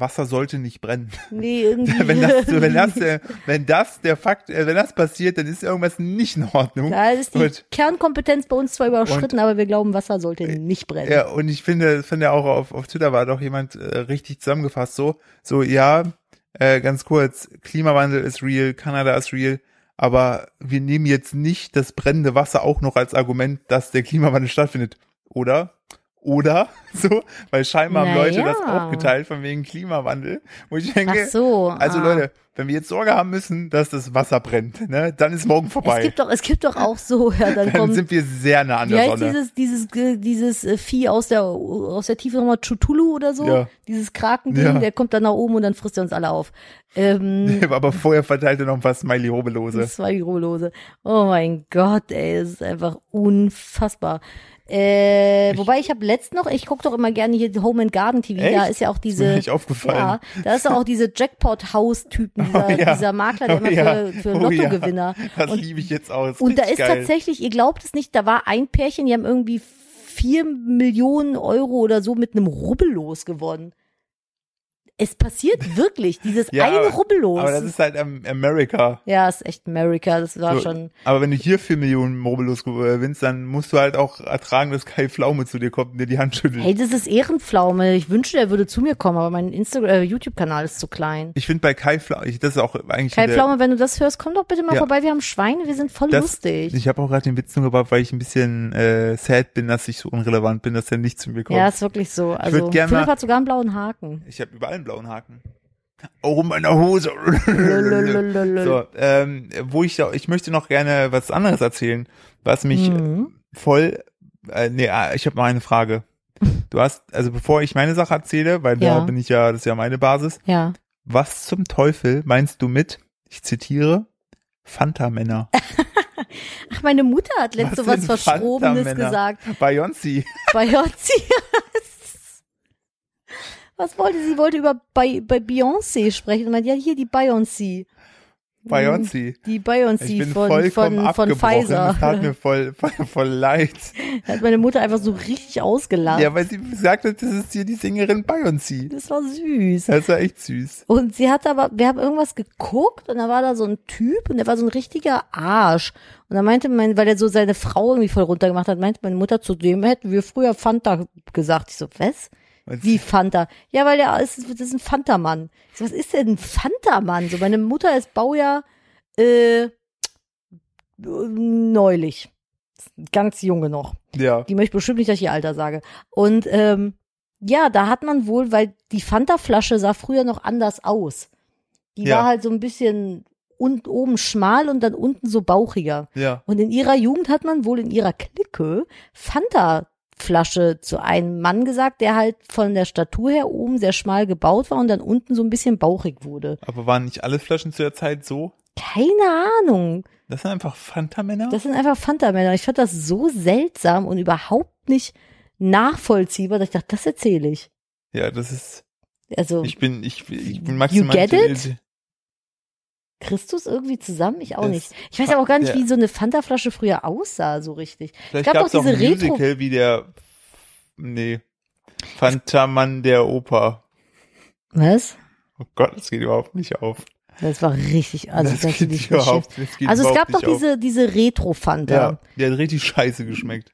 Wasser sollte nicht brennen. nee, irgendwie. wenn, das, so, wenn, das, äh, der- wenn das der Fakt, äh, wenn das passiert, dann ist irgendwas nicht in Ordnung. da ist die Und- Kernkompetenz bei uns zwar überschritten, aber wir glauben, Wasser sollte nicht brennen. Äh, Ja, und ich finde, finde auch auf, auf Twitter war doch jemand äh, richtig zusammengefasst so, so ja, äh, ganz kurz, Klimawandel ist real, Kanada ist real, aber wir nehmen jetzt nicht das brennende Wasser auch noch als Argument, dass der Klimawandel stattfindet, oder? Oder so, weil scheinbar haben Leute das Naja. auch geteilt von wegen Klimawandel. Wo ich denke, Ach so. also ah. Leute, wenn wir jetzt Sorge haben müssen, dass das Wasser brennt, ne, dann ist morgen Es vorbei. gibt doch, es gibt doch auch so, ja, dann Dann kommt. sind wir sehr nah an Wie der heißt Sonne. dieses, dieses, Ge- dieses äh, Vieh aus der, aus der Tiefe nochmal? Chutulu oder so? Ja. Dieses Krakending, Ja. der kommt dann nach oben und dann frisst er uns alle auf. Ähm, Aber vorher verteilt er noch ein paar Smiley-Hobelose. Das war die Ruhelose. Oh mein Gott, ey, das ist einfach unfassbar. Äh, wobei ich habe letzt noch, ich gucke doch immer gerne hier Home and Garden TV, da Echt? ist ja auch Ist mir diese, nicht aufgefallen. ja, da ist doch auch diese Jackpot-House-Typen, dieser, Oh ja. dieser Makler, der Oh immer ja. für, für Oh Lottogewinner. Ja. Das und liebe ich jetzt auch. ist und da richtig ist geil. tatsächlich, ihr glaubt es nicht, da war ein Pärchen, die haben irgendwie vier Millionen Euro oder so mit einem Rubbellos gewonnen. Es passiert wirklich, dieses Ja, eine aber- Rubbellos. Aber das ist halt ähm, America. ja, ist echt America, das war So, schon. Aber wenn du hier 4 Millionen Mobilos gewinnst, dann musst du halt auch ertragen, dass Kai Pflaume zu dir kommt und dir die Hand schüttelt. Hey, das ist Ehrenpflaume. Ich wünschte, er würde zu mir kommen, aber mein Instagram, äh, YouTube-Kanal ist zu klein. Ich finde bei Kai Pflaume, ich- das ist auch eigentlich Kai der- Pflaume, wenn du das hörst, komm doch bitte mal Ja. vorbei. Wir haben Schweine, wir sind voll das, lustig. Ich habe auch gerade den Witz nur gebracht, weil ich ein bisschen äh, sad bin, dass ich so unrelevant bin, dass er nicht zu mir kommt. ja, ist wirklich so. Also würd gern Philipp mal- hat sogar einen blauen Haken. Ich habe überall einen blauen Haken. Oh, meine Hose. Lululululul. so, ähm, wo ich, ich möchte noch gerne was anderes erzählen, was mich Mhm. voll. Äh, nee, ah, ich habe noch eine Frage. Du hast, also bevor ich meine Sache erzähle, weil Ja. da bin ich ja, das ist ja meine Basis. Ja. Was zum Teufel meinst du mit, ich zitiere, Fanta-Männer? Ach, meine Mutter hat letzte was, sind Verschrobenes Fanta-Männer? gesagt. Beyoncé. Beyoncé. Was wollte sie? wollte über bei, bei Beyoncé sprechen. Und meinte, ja, hier die Beyoncé. Beyoncé. Die Ich Beyoncé bin von, vollkommen von, von abgebrochen. Das tat Pfizer. mir voll, voll, voll leid. Da hat meine Mutter einfach so richtig ausgelacht. Ja, weil sie gesagt hat, das ist hier die Sängerin Beyoncé. Das war süß. Das war echt süß. Und sie hat aber, wir haben irgendwas geguckt und da war da so ein Typ und der war so ein richtiger Arsch. Und da meinte mein, weil er so seine Frau irgendwie voll runtergemacht hat, meinte meine Mutter, zu dem hätten wir früher Fanta gesagt. Ich so, was? Und- Wie Fanta? Ja, weil der ist, das ist ein Fanta-Mann. Ich So, was ist denn ein Fanta-Mann? So, meine Mutter ist Baujahr, äh, neulich. Ganz junge noch. Ja. Die möchte bestimmt nicht, dass ich ihr Alter sage. Und ähm, ja, da hat man wohl, weil die Fanta-Flasche sah früher noch anders aus. Die Ja. war halt so ein bisschen und oben schmal und dann unten so bauchiger. Ja. Und in ihrer Jugend hat man wohl in ihrer Clique Fanta-Flasche zu einem Mann gesagt, der halt von der Statur her oben sehr schmal gebaut war und dann unten so ein bisschen bauchig wurde. Aber waren nicht alle Flaschen zu der Zeit so? Keine Ahnung. Das sind einfach Fanta-Männer? Das sind einfach Fanta-Männer. Ich fand das so seltsam und überhaupt nicht nachvollziehbar, dass ich dachte, das erzähle ich. Ja, das ist. Also Ich bin, ich, ich bin You maximal. get it? Christus irgendwie zusammen? Ich auch Das- nicht. Ich weiß aber auch gar Ja. nicht, wie so eine Fanta-Flasche früher aussah, so richtig. Vielleicht Gab gab doch es auch diese ein Retro- Musical wie der. Nee. Fantamann der Oper. Was? Oh Gott, das geht überhaupt nicht auf. Das war richtig, also das das geht nicht überhaupt das geht Also es überhaupt gab doch nicht auf. diese, diese Retro-Fanta, Ja, die hat richtig scheiße geschmeckt.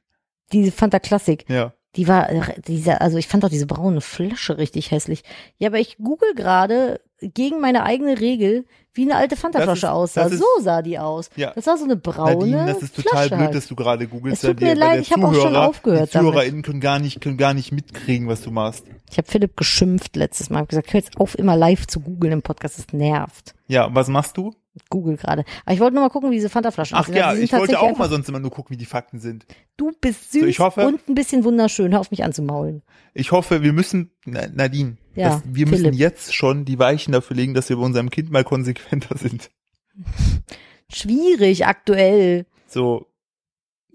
diese Fanta-Klassik. Ja. Die war, äh, diese, also ich fand doch diese braune Flasche richtig hässlich. Ja, aber ich google gerade gegen meine eigene Regel, wie eine alte Das ist- Fanta-Flasche aussah. das ist- so sah die aus. Ja. Das war so eine braune Nadine, das ist total Flasche blöd, halt. dass du gerade googelst. Es tut weil mir die- weil leid, der ich hab auch schon Zuhörer- aufgehört Die damit. ZuhörerInnen können gar nicht, können gar nicht mitkriegen, was du machst. Ich habe Philipp geschimpft letztes Mal. Ich hab gesagt, hör jetzt auf, immer live zu googeln im Podcast. Das nervt. Ja, was machst du? Google gerade. Aber ich wollte nur mal gucken, wie diese Fanta-Flaschen Ach aussehen. Also ja, die sind ich wollte tatsächlich auch einfach- mal sonst immer nur gucken, wie die Fakten sind. Du bist süß So, ich hoffe- und ein bisschen wunderschön. Hör auf mich anzumaulen. Ich hoffe, wir müssen, Na- Nadine, Ja, dass wir müssen Philipp. jetzt schon die Weichen dafür legen, dass wir bei unserem Kind mal konsequenter sind. Schwierig aktuell. So,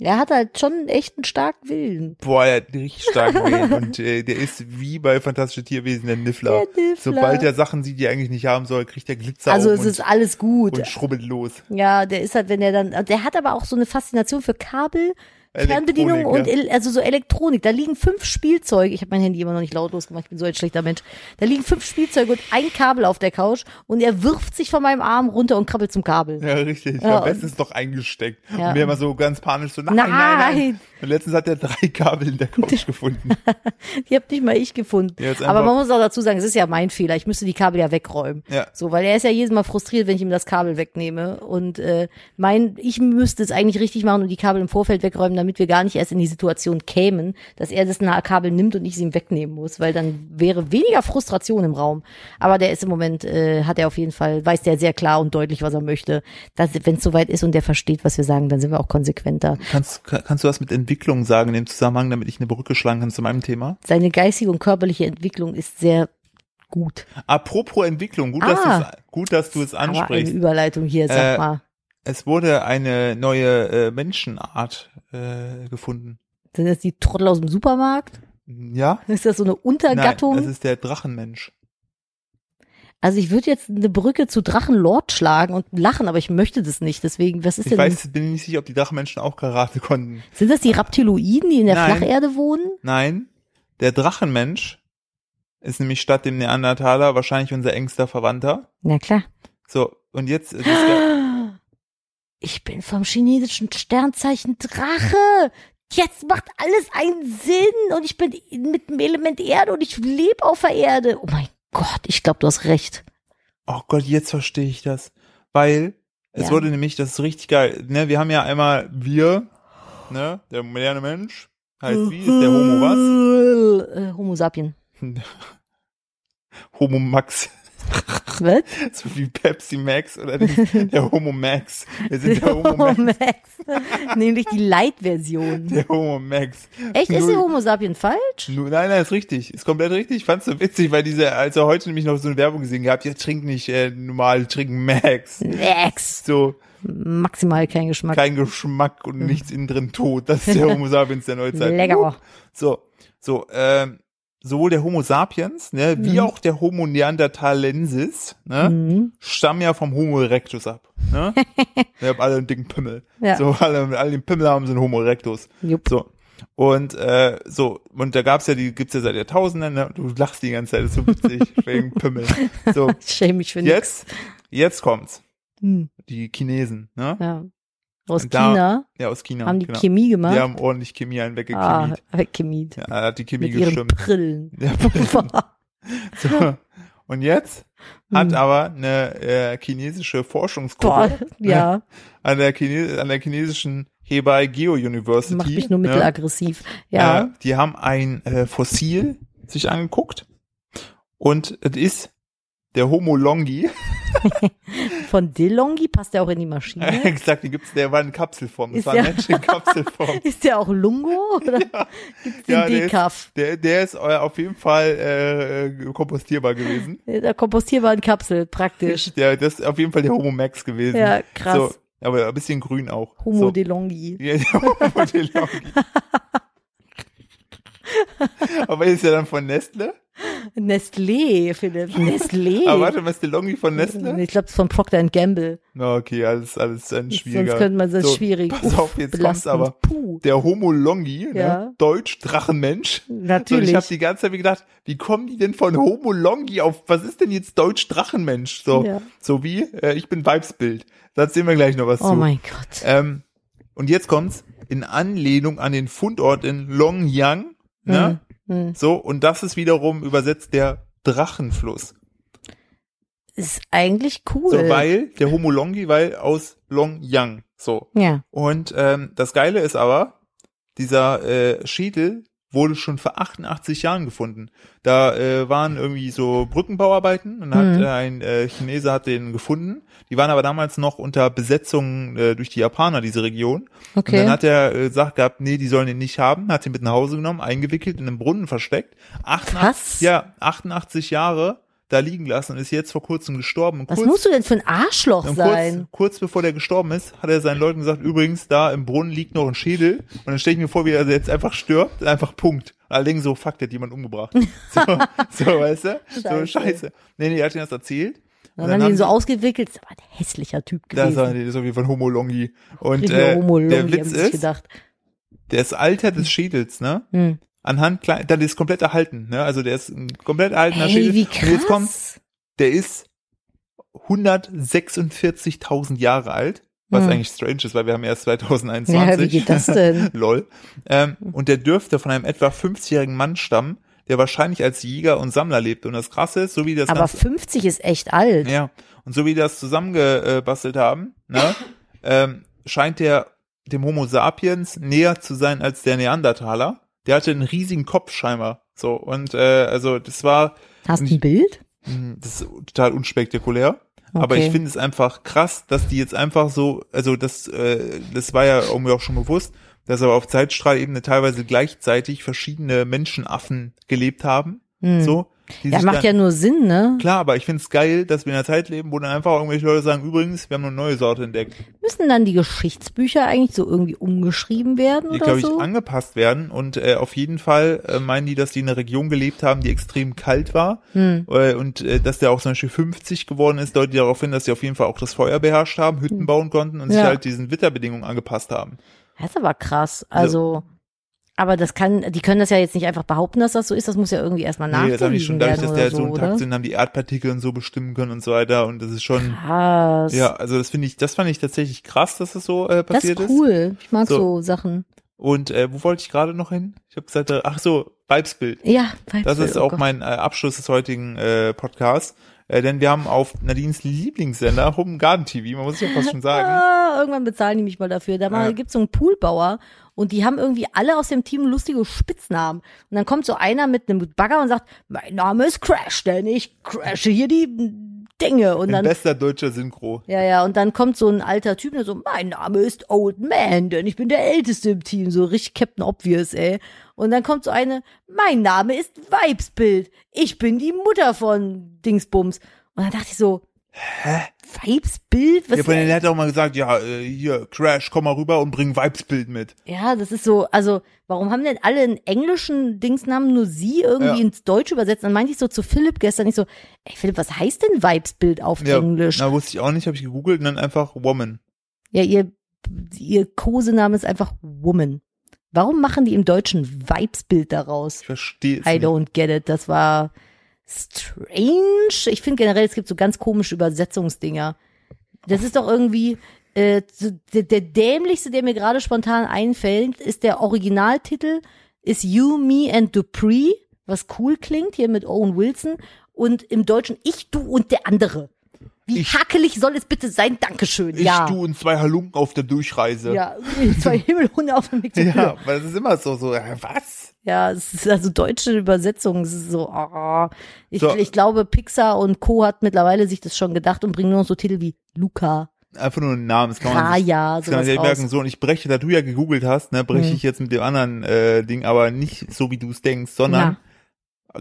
Er hat halt schon echt einen starken Willen. boah, er hat richtig stark Willen und äh, der ist wie bei Fantastische Tierwesen der Niffler. Der Niffler. Sobald er Sachen sieht, die er eigentlich nicht haben soll, kriegt er Glitzer Also auf es und, ist alles gut. und schrubbelt los. Ja, der ist halt, wenn er dann, der hat aber auch so eine Faszination für Kabel, Fernbedienung und Elektronik, ja. el- also so Elektronik. Da liegen fünf Spielzeuge. Ich habe mein Handy immer noch nicht lautlos gemacht. Ich bin so ein schlechter Mensch. Da liegen fünf Spielzeuge und ein Kabel auf der Couch und er wirft sich von meinem Arm runter und krabbelt zum Kabel. Ja, richtig. Ja, Am besten ist noch eingesteckt. Ja. Und wir immer so ganz panisch so, nein, nein, nein. Nein. Und letztens hat er drei Kabel in der Couch gefunden. Die habt nicht mal ich gefunden. Ja, jetzt Aber einfach- man muss auch dazu sagen, es ist ja mein Fehler. Ich müsste die Kabel ja wegräumen. Ja. So, weil er ist ja jedes Mal frustriert, wenn ich ihm das Kabel wegnehme. Und äh, mein, ich müsste es eigentlich richtig machen und die Kabel im Vorfeld wegräumen, damit wir gar nicht erst in die Situation kämen, dass er das nahe Kabel nimmt und ich es ihm wegnehmen muss, weil dann wäre weniger Frustration im Raum. Aber der ist im Moment, äh, hat er auf jeden Fall, weiß der sehr klar und deutlich, was er möchte. Wenn es soweit ist und der versteht, was wir sagen, dann sind wir auch konsequenter. Kannst, ka- kannst du was mit Entwicklung sagen in dem Zusammenhang, damit ich eine Brücke schlagen kann zu meinem Thema? Seine geistige und körperliche Entwicklung ist sehr gut. Apropos Entwicklung, gut, dass Ah. dass gut, dass du es Aber eine ansprichst. Überleitung hier, sag Äh, mal. Es wurde eine neue äh, Menschenart äh, gefunden. Sind das die Trottel aus dem Supermarkt? Ja? Ist das so eine Untergattung? Nein, das ist der Drachenmensch. also ich würde jetzt eine Brücke zu Drachenlord schlagen und lachen, aber ich möchte das nicht. Deswegen, was ist Ich denn? weiß, bin nicht sicher, ob die Drachenmenschen auch Karate konnten. sind das die Raptiloiden, die in der Nein. Flacherde wohnen? Nein, der Drachenmensch ist nämlich statt dem Neandertaler wahrscheinlich unser engster Verwandter. Na klar. So, und jetzt äh, ist es Ich bin vom chinesischen Sternzeichen Drache. Jetzt macht alles einen Sinn und ich bin mit dem Element Erde und ich lebe auf der Erde. Oh mein Gott, ich glaube, du hast recht. Oh Gott, jetzt verstehe ich das. Weil es Ja. wurde nämlich, das ist richtig geil, ne, wir haben ja einmal wir, ne, der moderne Mensch, heißt wie, ist der Homo was? was? Äh, Homo sapien. Homo Max, Was? so wie Pepsi Max oder den, der Homo Max. Wir sind der Homo Max. Max. Nämlich die Light-Version. Der Homo Max. Echt, ist Null. der Homo sapien falsch? Nu- Nein, nein, ist richtig. Ist komplett richtig. Fandst du witzig, weil diese, also heute nämlich noch so eine Werbung gesehen gehabt, ja, trink nicht äh, normal, trink Max. Max. So, Maximal kein Geschmack. kein Geschmack und nichts innen drin tot. Das ist der Homo sapiens der Neuzeit. Lecker. So, so, ähm, sowohl der Homo sapiens, ne, wie auch der Homo neanderthalensis, ne, Mhm. stammen ja vom Homo erectus ab, ne? Wir haben alle einen dicken Pimmel. Ja. So, alle, alle den Pimmel haben sind Homo erectus. Jupp. So. Und äh, so, und da gab's ja die, gibt's ja seit Jahrtausenden, ne? du lachst die ganze Zeit, das ist so witzig, wegen Pimmel. So, Ich schäme mich für nichts. jetzt, jetzt kommt's. Hm. Die Chinesen, ne? Ja. Aus Und da- China Ja, aus China. haben die genau. Chemie gemacht. Die haben ordentlich Chemie ah, hinweggechemiet. wegchemiet. Ja, da hat die Chemie Mit ihren gestimmt. Brillen. Ja, so. Und jetzt hat Hm. aber eine äh, chinesische Forschungsgruppe Boah, ja, an der, Chine an der chinesischen Hebei Geo University. macht mich nur ne? mittelaggressiv. Ja, Äh, die haben ein äh, Fossil sich angeguckt und es ist der Homo longi. von DeLonghi passt der auch in die Maschine. Exakt, den gibt's, der war in Kapselform. Das Mhm. Ist war ein ja- Mensch in Kapselform. Ist der auch Lungo oder gibt's den Ja, der ist- Dekaf? Der, der ist äh, auf jeden Fall äh, äh, kompostierbar gewesen. Der kompostierbaren Kapsel, praktisch. Der, das ist auf jeden Fall der Homo Max gewesen. Ja, krass. So, aber ein bisschen grün auch. Homo so. DeLonghi. Ja, der Homo DeLonghi. aber ist ja dann von Nestle. Nestlé, Philipp. Nestlé. Aber Ah, warte mal, ist DeLonghi von Nestle? Ich glaube, es ist von Procter Gamble. Na, okay, alles, alles ein schwieriger. Sonst könnte man das So, schwierig. pass auf, jetzt kommt's belastend. aber. Puh. der Homo Longi, Ja. ne? Deutsch Drachenmensch. Und Natürlich. ich habe die ganze Zeit gedacht, wie kommen die denn von Homo Longi auf, was ist denn jetzt Deutsch Drachenmensch? So, Ja. so wie, äh, ich bin Weibsbild. Da sehen wir gleich noch was oh zu. mein Gott. Ähm, und jetzt kommt's, in Anlehnung an den Fundort in Longyang, ne? Hm. So, und das ist wiederum übersetzt der Drachenfluss. Ist eigentlich cool. So, weil, der Homo Longi, weil aus Longyang. So. ja. Und ähm, das Geile ist aber, dieser äh, Schädel wurde schon vor 88 Jahren gefunden. Da äh, waren irgendwie so Brückenbauarbeiten und hat Mhm. äh, ein äh, Chinese hat den gefunden. Die waren aber damals noch unter Besetzung äh, durch die Japaner diese Region. Okay. Und dann hat er äh, gesagt gehabt, nee, die sollen den nicht haben, hat den mit nach Hause genommen, eingewickelt in einem Brunnen versteckt. 88, Was? Ja, 88 Jahre da liegen lassen und ist jetzt vor kurzem gestorben. Und Was kurz- musst du denn für ein Arschloch und kurz, sein? kurz bevor der gestorben ist, hat er seinen Leuten gesagt, übrigens, da im Brunnen liegt noch ein Schädel. Und dann stelle ich mir vor, wie er jetzt einfach stirbt, einfach Punkt. Alle denken so, fuck, der hat jemand umgebracht. So, so weißt du? So, Scheiße. scheiße. Nee, nee, er hat ihnen das erzählt. Dann, haben die ihn so ausgewickelt. Ist aber ein hässlicher Typ das war, gewesen. das ist auf jeden Fall Homo Longi. Und Richtiger äh, Homo der Longi, haben Witz sie sich ist, gedacht. das Alter des Schädels, ne? Hm. Anhand klein, dann ist komplett erhalten, ne? Also der ist ein komplett erhaltener Ey, Schädel. wie krass. Und jetzt kommt, der ist 146.000 Jahre alt, was Hm. eigentlich strange ist, weil wir haben erst 2021. ja, wie geht das denn? Lol. Ähm, und der dürfte von einem etwa 50-jährigen Mann stammen, der wahrscheinlich als Jäger und Sammler lebt. Und das Krasse ist, so wie das aber Ganze, 50 ist echt alt. ja, und so wie die das zusammengebastelt haben, ne, ähm, scheint der dem Homo sapiens näher zu sein als der Neandertaler. Der hatte einen riesigen Kopf scheinbar. So, und äh, also das war Hast du Ich- ein Bild? mh, das ist total unspektakulär. Okay. Aber ich finde es einfach krass, dass die jetzt einfach so, also das, äh, das war ja irgendwie auch schon bewusst, dass aber auf Zeitstrahlebene teilweise gleichzeitig verschiedene Menschenaffen gelebt haben. Hm. So. die Ja, sich macht ja dann, nur Sinn, ne? Klar, aber ich finde es geil, dass wir in einer Zeit leben, wo dann einfach irgendwelche Leute sagen, übrigens, wir haben eine neue Sorte entdeckt. Müssen dann die Geschichtsbücher eigentlich so irgendwie umgeschrieben werden Die, oder glaube ich, so? angepasst werden. Und äh, auf jeden Fall äh, meinen die, dass die in einer Region gelebt haben, die extrem kalt war. Hm. Äh, Und äh, dass der auch zum Beispiel 50 geworden ist, deutet darauf hin, dass sie auf jeden Fall auch das Feuer beherrscht haben, Hütten bauen konnten und sich Hm. Ja. halt diesen Witterbedingungen angepasst haben. Das ist aber krass. Also, Aber das kann, die können das ja jetzt nicht einfach behaupten, dass das so ist. Das muss ja irgendwie erstmal Nee, das haben die nachgewiesen schon werden dadurch, dass oder der so, so einen Takt oder? sind, haben die Erdpartikel und so bestimmen können und so weiter. Und das ist schon, Krass. ja, also das finde ich, das fand ich tatsächlich krass, dass das so äh, das passiert ist cool. Ich mag so, So. Sachen. Und äh, wo wollte ich gerade noch hin? Ich habe gesagt, äh, ach so, Weibsbild. Ja, Weibsbild, Das ist oh auch Gott. mein äh, Abschluss des heutigen äh, Podcasts. Äh, denn wir haben auf Nadines Lieblingssender Home Garden TV, man muss es ja fast schon sagen. Ah, irgendwann bezahlen die mich mal dafür. Da Ja. mal gibt's so einen Poolbauer und die haben irgendwie alle aus dem Team lustige Spitznamen. Und dann kommt so einer mit einem Bagger und sagt, mein Name ist Crash, denn ich crashe hier die Dinge. Und In dann, bester deutscher Synchro. ja, ja, und dann kommt so ein alter Typ und so, mein Name ist Old Man, denn ich bin der Älteste im Team. So richtig Captain Obvious, ey. Und dann kommt so eine, mein Name ist Weibsbild. Ich bin die Mutter von Dingsbums. Und dann dachte ich so, Hä? Weibsbild? Was Ja, aber der hat auch mal gesagt, ja, äh, hier, Crash, komm mal rüber und bring Weibsbild mit. Ja, das ist so, also warum haben denn alle einen englischen Dingsnamen nur sie irgendwie Ja. ins Deutsche übersetzt? Dann meinte ich so zu Philipp gestern, ich so, ey Philipp, was heißt denn Weibsbild auf Ja, Englisch? Na, wusste ich auch nicht, habe ich gegoogelt und dann einfach Woman. Ja, ihr, ihr Kosename ist einfach Woman. Warum machen die im Deutschen Weibsbild daraus? Ich verstehe es I nicht. don't get it. Das war strange. Ich finde generell, es gibt so ganz komische Übersetzungsdinger. Das ist doch irgendwie. Äh, so der, der dämlichste, der mir gerade spontan einfällt, ist der Originaltitel, ist You, Me and Dupree, was cool klingt, hier mit Owen Wilson. Und im Deutschen Ich, Du und der andere. Wie Ich- hakelig soll es bitte sein? Dankeschön. Ich, ja. du und zwei Halunken auf der Durchreise. Ja, zwei Himmelhunde auf dem Weg zur Tür. Ja, weil es ist immer so, so, äh, was? Ja, es ist also deutsche Übersetzung. Es ist so, ah. ich, So. ich glaube, Pixar und Co. hat mittlerweile sich das schon gedacht und bringen nur noch so Titel wie Luca, Einfach nur einen Namen. Das kann man sich, Raya, das kann man sowas sich merken. aus. So, und ich breche, da du ja gegoogelt hast, ne, breche Mhm. ich jetzt mit dem anderen äh, Ding, aber nicht so, wie du es denkst, sondern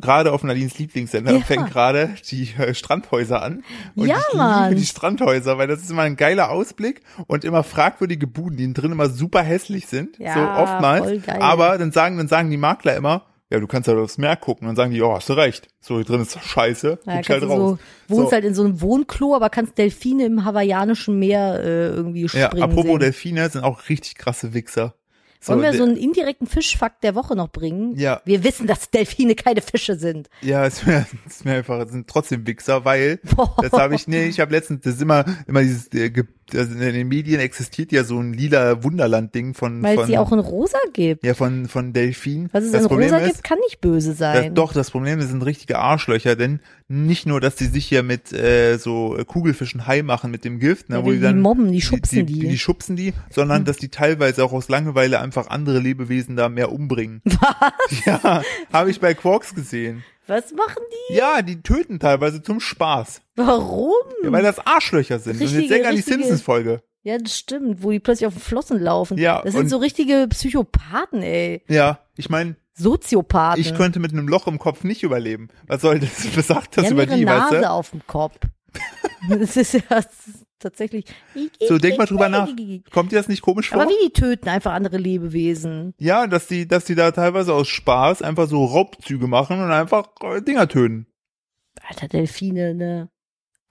gerade auf Nadines Lieblingssender Ja. fängt gerade die äh, Strandhäuser an. Und Ja, ich Mann. liebe die Strandhäuser, weil das ist immer ein geiler Ausblick und immer fragwürdige Buden, die drin immer super hässlich sind. Ja, so oftmals. voll geil. Aber dann sagen, dann sagen die Makler immer, ja, du kannst halt aufs Meer gucken. Und dann sagen die, ja, hast du recht. So, hier drin ist doch scheiße. Ja, Ja, kannst halt du raus. so, wohnst halt in so einem Wohnklo, aber kannst Delfine im hawaiianischen Meer äh, ja, irgendwie springen apropos sehen. Delfine sind auch richtig krasse Wichser. Wollen wir der- so einen indirekten Fischfakt der Woche noch bringen? Ja. Wir wissen, dass Delfine keine Fische sind. Ja, ist mir, ist mir einfach, sind trotzdem Wichser, weil Boah. das habe ich, nee, ich habe letztens, das ist immer, immer dieses, äh, ge- also in den Medien existiert ja so ein lila Wunderland-Ding von, Weil es von, sie auch in rosa gibt. ja, von, von Delfin. Was es das in Problem rosa ist, gibt, kann nicht böse das, sein. doch, das Problem ist, sind richtige Arschlöcher, denn nicht nur, dass die sich hier mit äh, so Kugelfischen high machen mit dem Gift, ne, Ja, wo die, die- die dann mobben, die die, schubsen die. Hm. die, die schubsen die, sondern dass die teilweise auch aus Langeweile einfach andere Lebewesen da mehr umbringen. Was? Ja, habe ich bei Quarks gesehen. Was machen die? Ja, die töten teilweise zum Spaß. Warum? Ja, weil das Arschlöcher sind. und jetzt Hm. Richtige- denk an die richtige- Simpsons-Folge. Ja, das stimmt, wo die plötzlich auf den Flossen laufen. Ja, Das sind und- so richtige Psychopathen, ey. Ja, ich meine, Soziopathen. ich könnte mit einem Loch im Kopf nicht überleben. Was soll das? Was sagt die das haben über ihre die, Nase weißt auf dem Kopf. das ist ja das ist tatsächlich. du? So, denk mal drüber nach. Kommt dir das nicht komisch vor? Aber wie die töten einfach andere Lebewesen. Ja, dass die, dass die da teilweise aus Spaß einfach so Raubzüge machen und einfach äh, Dinger töten. Alter, Delfine, ne?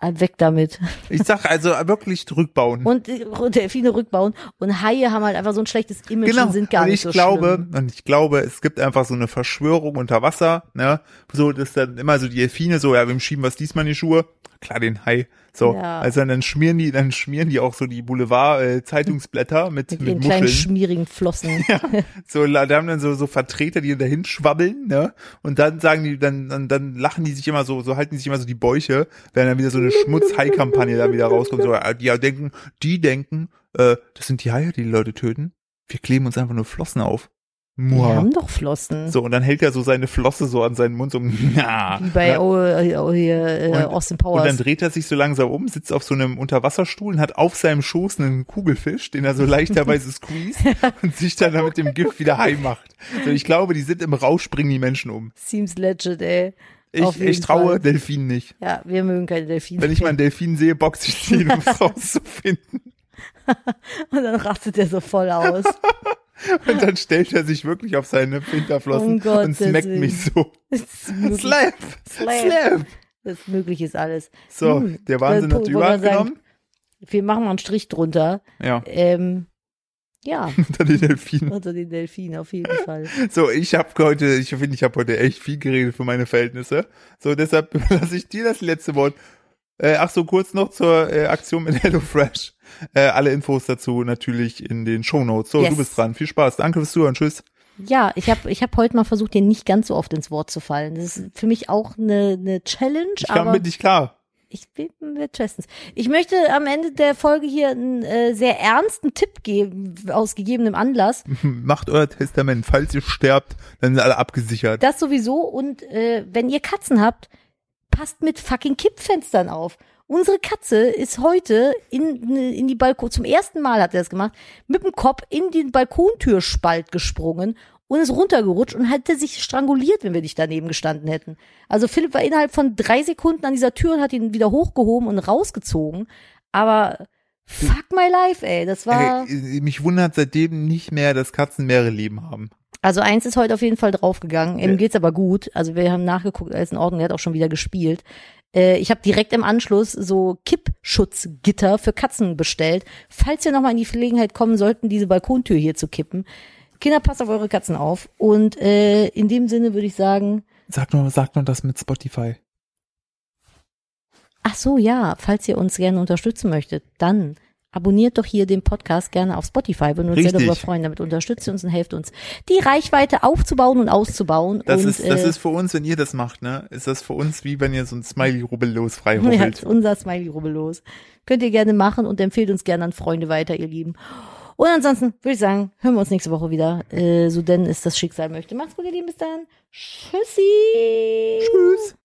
Ah, Weg damit. Ich sag also wirklich zurückbauen. Und äh, Delfine rückbauen. Und Haie haben halt einfach so ein schlechtes Image genau. und sind gar und ich nicht so glaube, schlimm. und ich glaube, es gibt einfach so eine Verschwörung unter Wasser, ne? So, dass dann immer so die Delfine so, ja, wem schieben was diesmal in die Schuhe? Klar, den Hai. So, Ja. also dann schmieren die, dann schmieren die auch so die Boulevard-Zeitungsblätter mit, Mit mit, ihren kleinen Muscheln. schmierigen Flossen. So, la- da haben dann so, so Vertreter, die dahin schwabbeln, ne? Und dann sagen die, dann, dann, dann lachen die sich immer so, so halten die sich immer so die Bäuche, wenn dann wieder so eine Schmutzhai-Kampagne da wieder rauskommt. So, äh, die ja denken, die denken, äh, das sind die Haie, die die Leute töten. Wir kleben uns einfach nur Flossen auf. Die Muah. haben doch Flossen. So, und dann hält er so seine Flosse so an seinen Mund, so, na. Wie bei Ja. oh, oh, hier, äh, Und- Austin Und dann Powers. dreht er sich so langsam um, sitzt auf so einem Unterwasserstuhl und hat auf seinem Schoß einen Kugelfisch, den er so leichterweise squeezed und sich dann damit dem Gift wieder heim macht. So, ich glaube, die sind im Rausch, bringen die Menschen um. Seems legit, ey. Auf Ich, jeden ich traue Fall. Delfinen nicht. Ja, wir mögen keine Delfine. Wenn ich mal einen Delfin sehe, boxe ich den, um es rauszufinden. Und dann rastet er so voll aus. Und dann stellt er sich wirklich auf seine Hinterflossen Um Gottes und smackt Willen. mich so. das, ist möglich, Slap! Slap. Slap! das Mögliche ist alles. So, Hm, der Wahnsinn äh, hat wo- wo man überhand genommen. Wir machen mal einen Strich drunter. Ja. Ähm, Ja, unter den Delfinen. unter den Delfinen auf jeden Fall. So, ich habe heute, ich finde, ich habe heute echt viel geredet für meine Verhältnisse. So, deshalb lasse ich dir das letzte Wort. Äh, ach so, kurz noch zur äh, Aktion mit HelloFresh. Äh, alle Infos dazu natürlich in den Shownotes. So, Yes. du bist dran. Viel Spaß. Danke fürs Zuhören. Tschüss. Ja, ich habe ich hab heute mal versucht, dir nicht ganz so oft ins Wort zu fallen. Das ist für mich auch eine, eine Challenge, Ich aber kam mit dich klar. ich bin wir testen's. Ich möchte am Ende der Folge hier einen äh, sehr ernsten Tipp geben, aus gegebenem Anlass. Macht euer Testament. Falls ihr sterbt, dann sind alle abgesichert. Das sowieso. Und äh, wenn ihr Katzen habt, passt mit fucking Kippfenstern auf. Unsere Katze ist heute in, ne, in die Balkon, zum ersten Mal hat er das gemacht, mit dem Kopf in den Balkontürspalt gesprungen und ist runtergerutscht und hätte sich stranguliert, wenn wir nicht daneben gestanden hätten. Also Philipp war innerhalb von drei Sekunden an dieser Tür und hat ihn wieder hochgehoben und rausgezogen. Aber fuck my life, ey. Das war. Ey, Äh, mich wundert seitdem nicht mehr, dass Katzen mehrere Leben haben. Also eins ist heute auf jeden Fall draufgegangen. Ihm Ja. geht's aber gut. Also wir haben nachgeguckt, alles in Ordnung. Er hat auch schon wieder gespielt. Äh, Ich habe direkt im Anschluss so Kippschutzgitter für Katzen bestellt. Falls wir nochmal in die Verlegenheit kommen sollten, diese Balkontür hier zu kippen. Kinder, passt auf eure Katzen auf. Und äh, in dem Sinne würde ich sagen, Sag nur, sag nur das mit Spotify. ach so, ja, falls ihr uns gerne unterstützen möchtet, dann abonniert doch hier den Podcast gerne auf Spotify. Würden wir uns sehr Richtig. darüber freuen. Damit unterstützt ihr uns und helft uns, die Reichweite aufzubauen und auszubauen. Das und, ist, das äh, ist für uns, wenn ihr das macht, ne? Ist das für uns wie wenn ihr so ein Smiley rubbellos frei Ja, ist rubbelt. unser Smiley rubbellos. Könnt ihr gerne machen und empfehlt uns gerne an Freunde weiter, ihr Lieben. Und ansonsten würde ich sagen, hören wir uns nächste Woche wieder. Äh, so denn es das Schicksal möchte. Macht's gut, ihr Lieben. Bis dann. Tschüssi. Tschüss.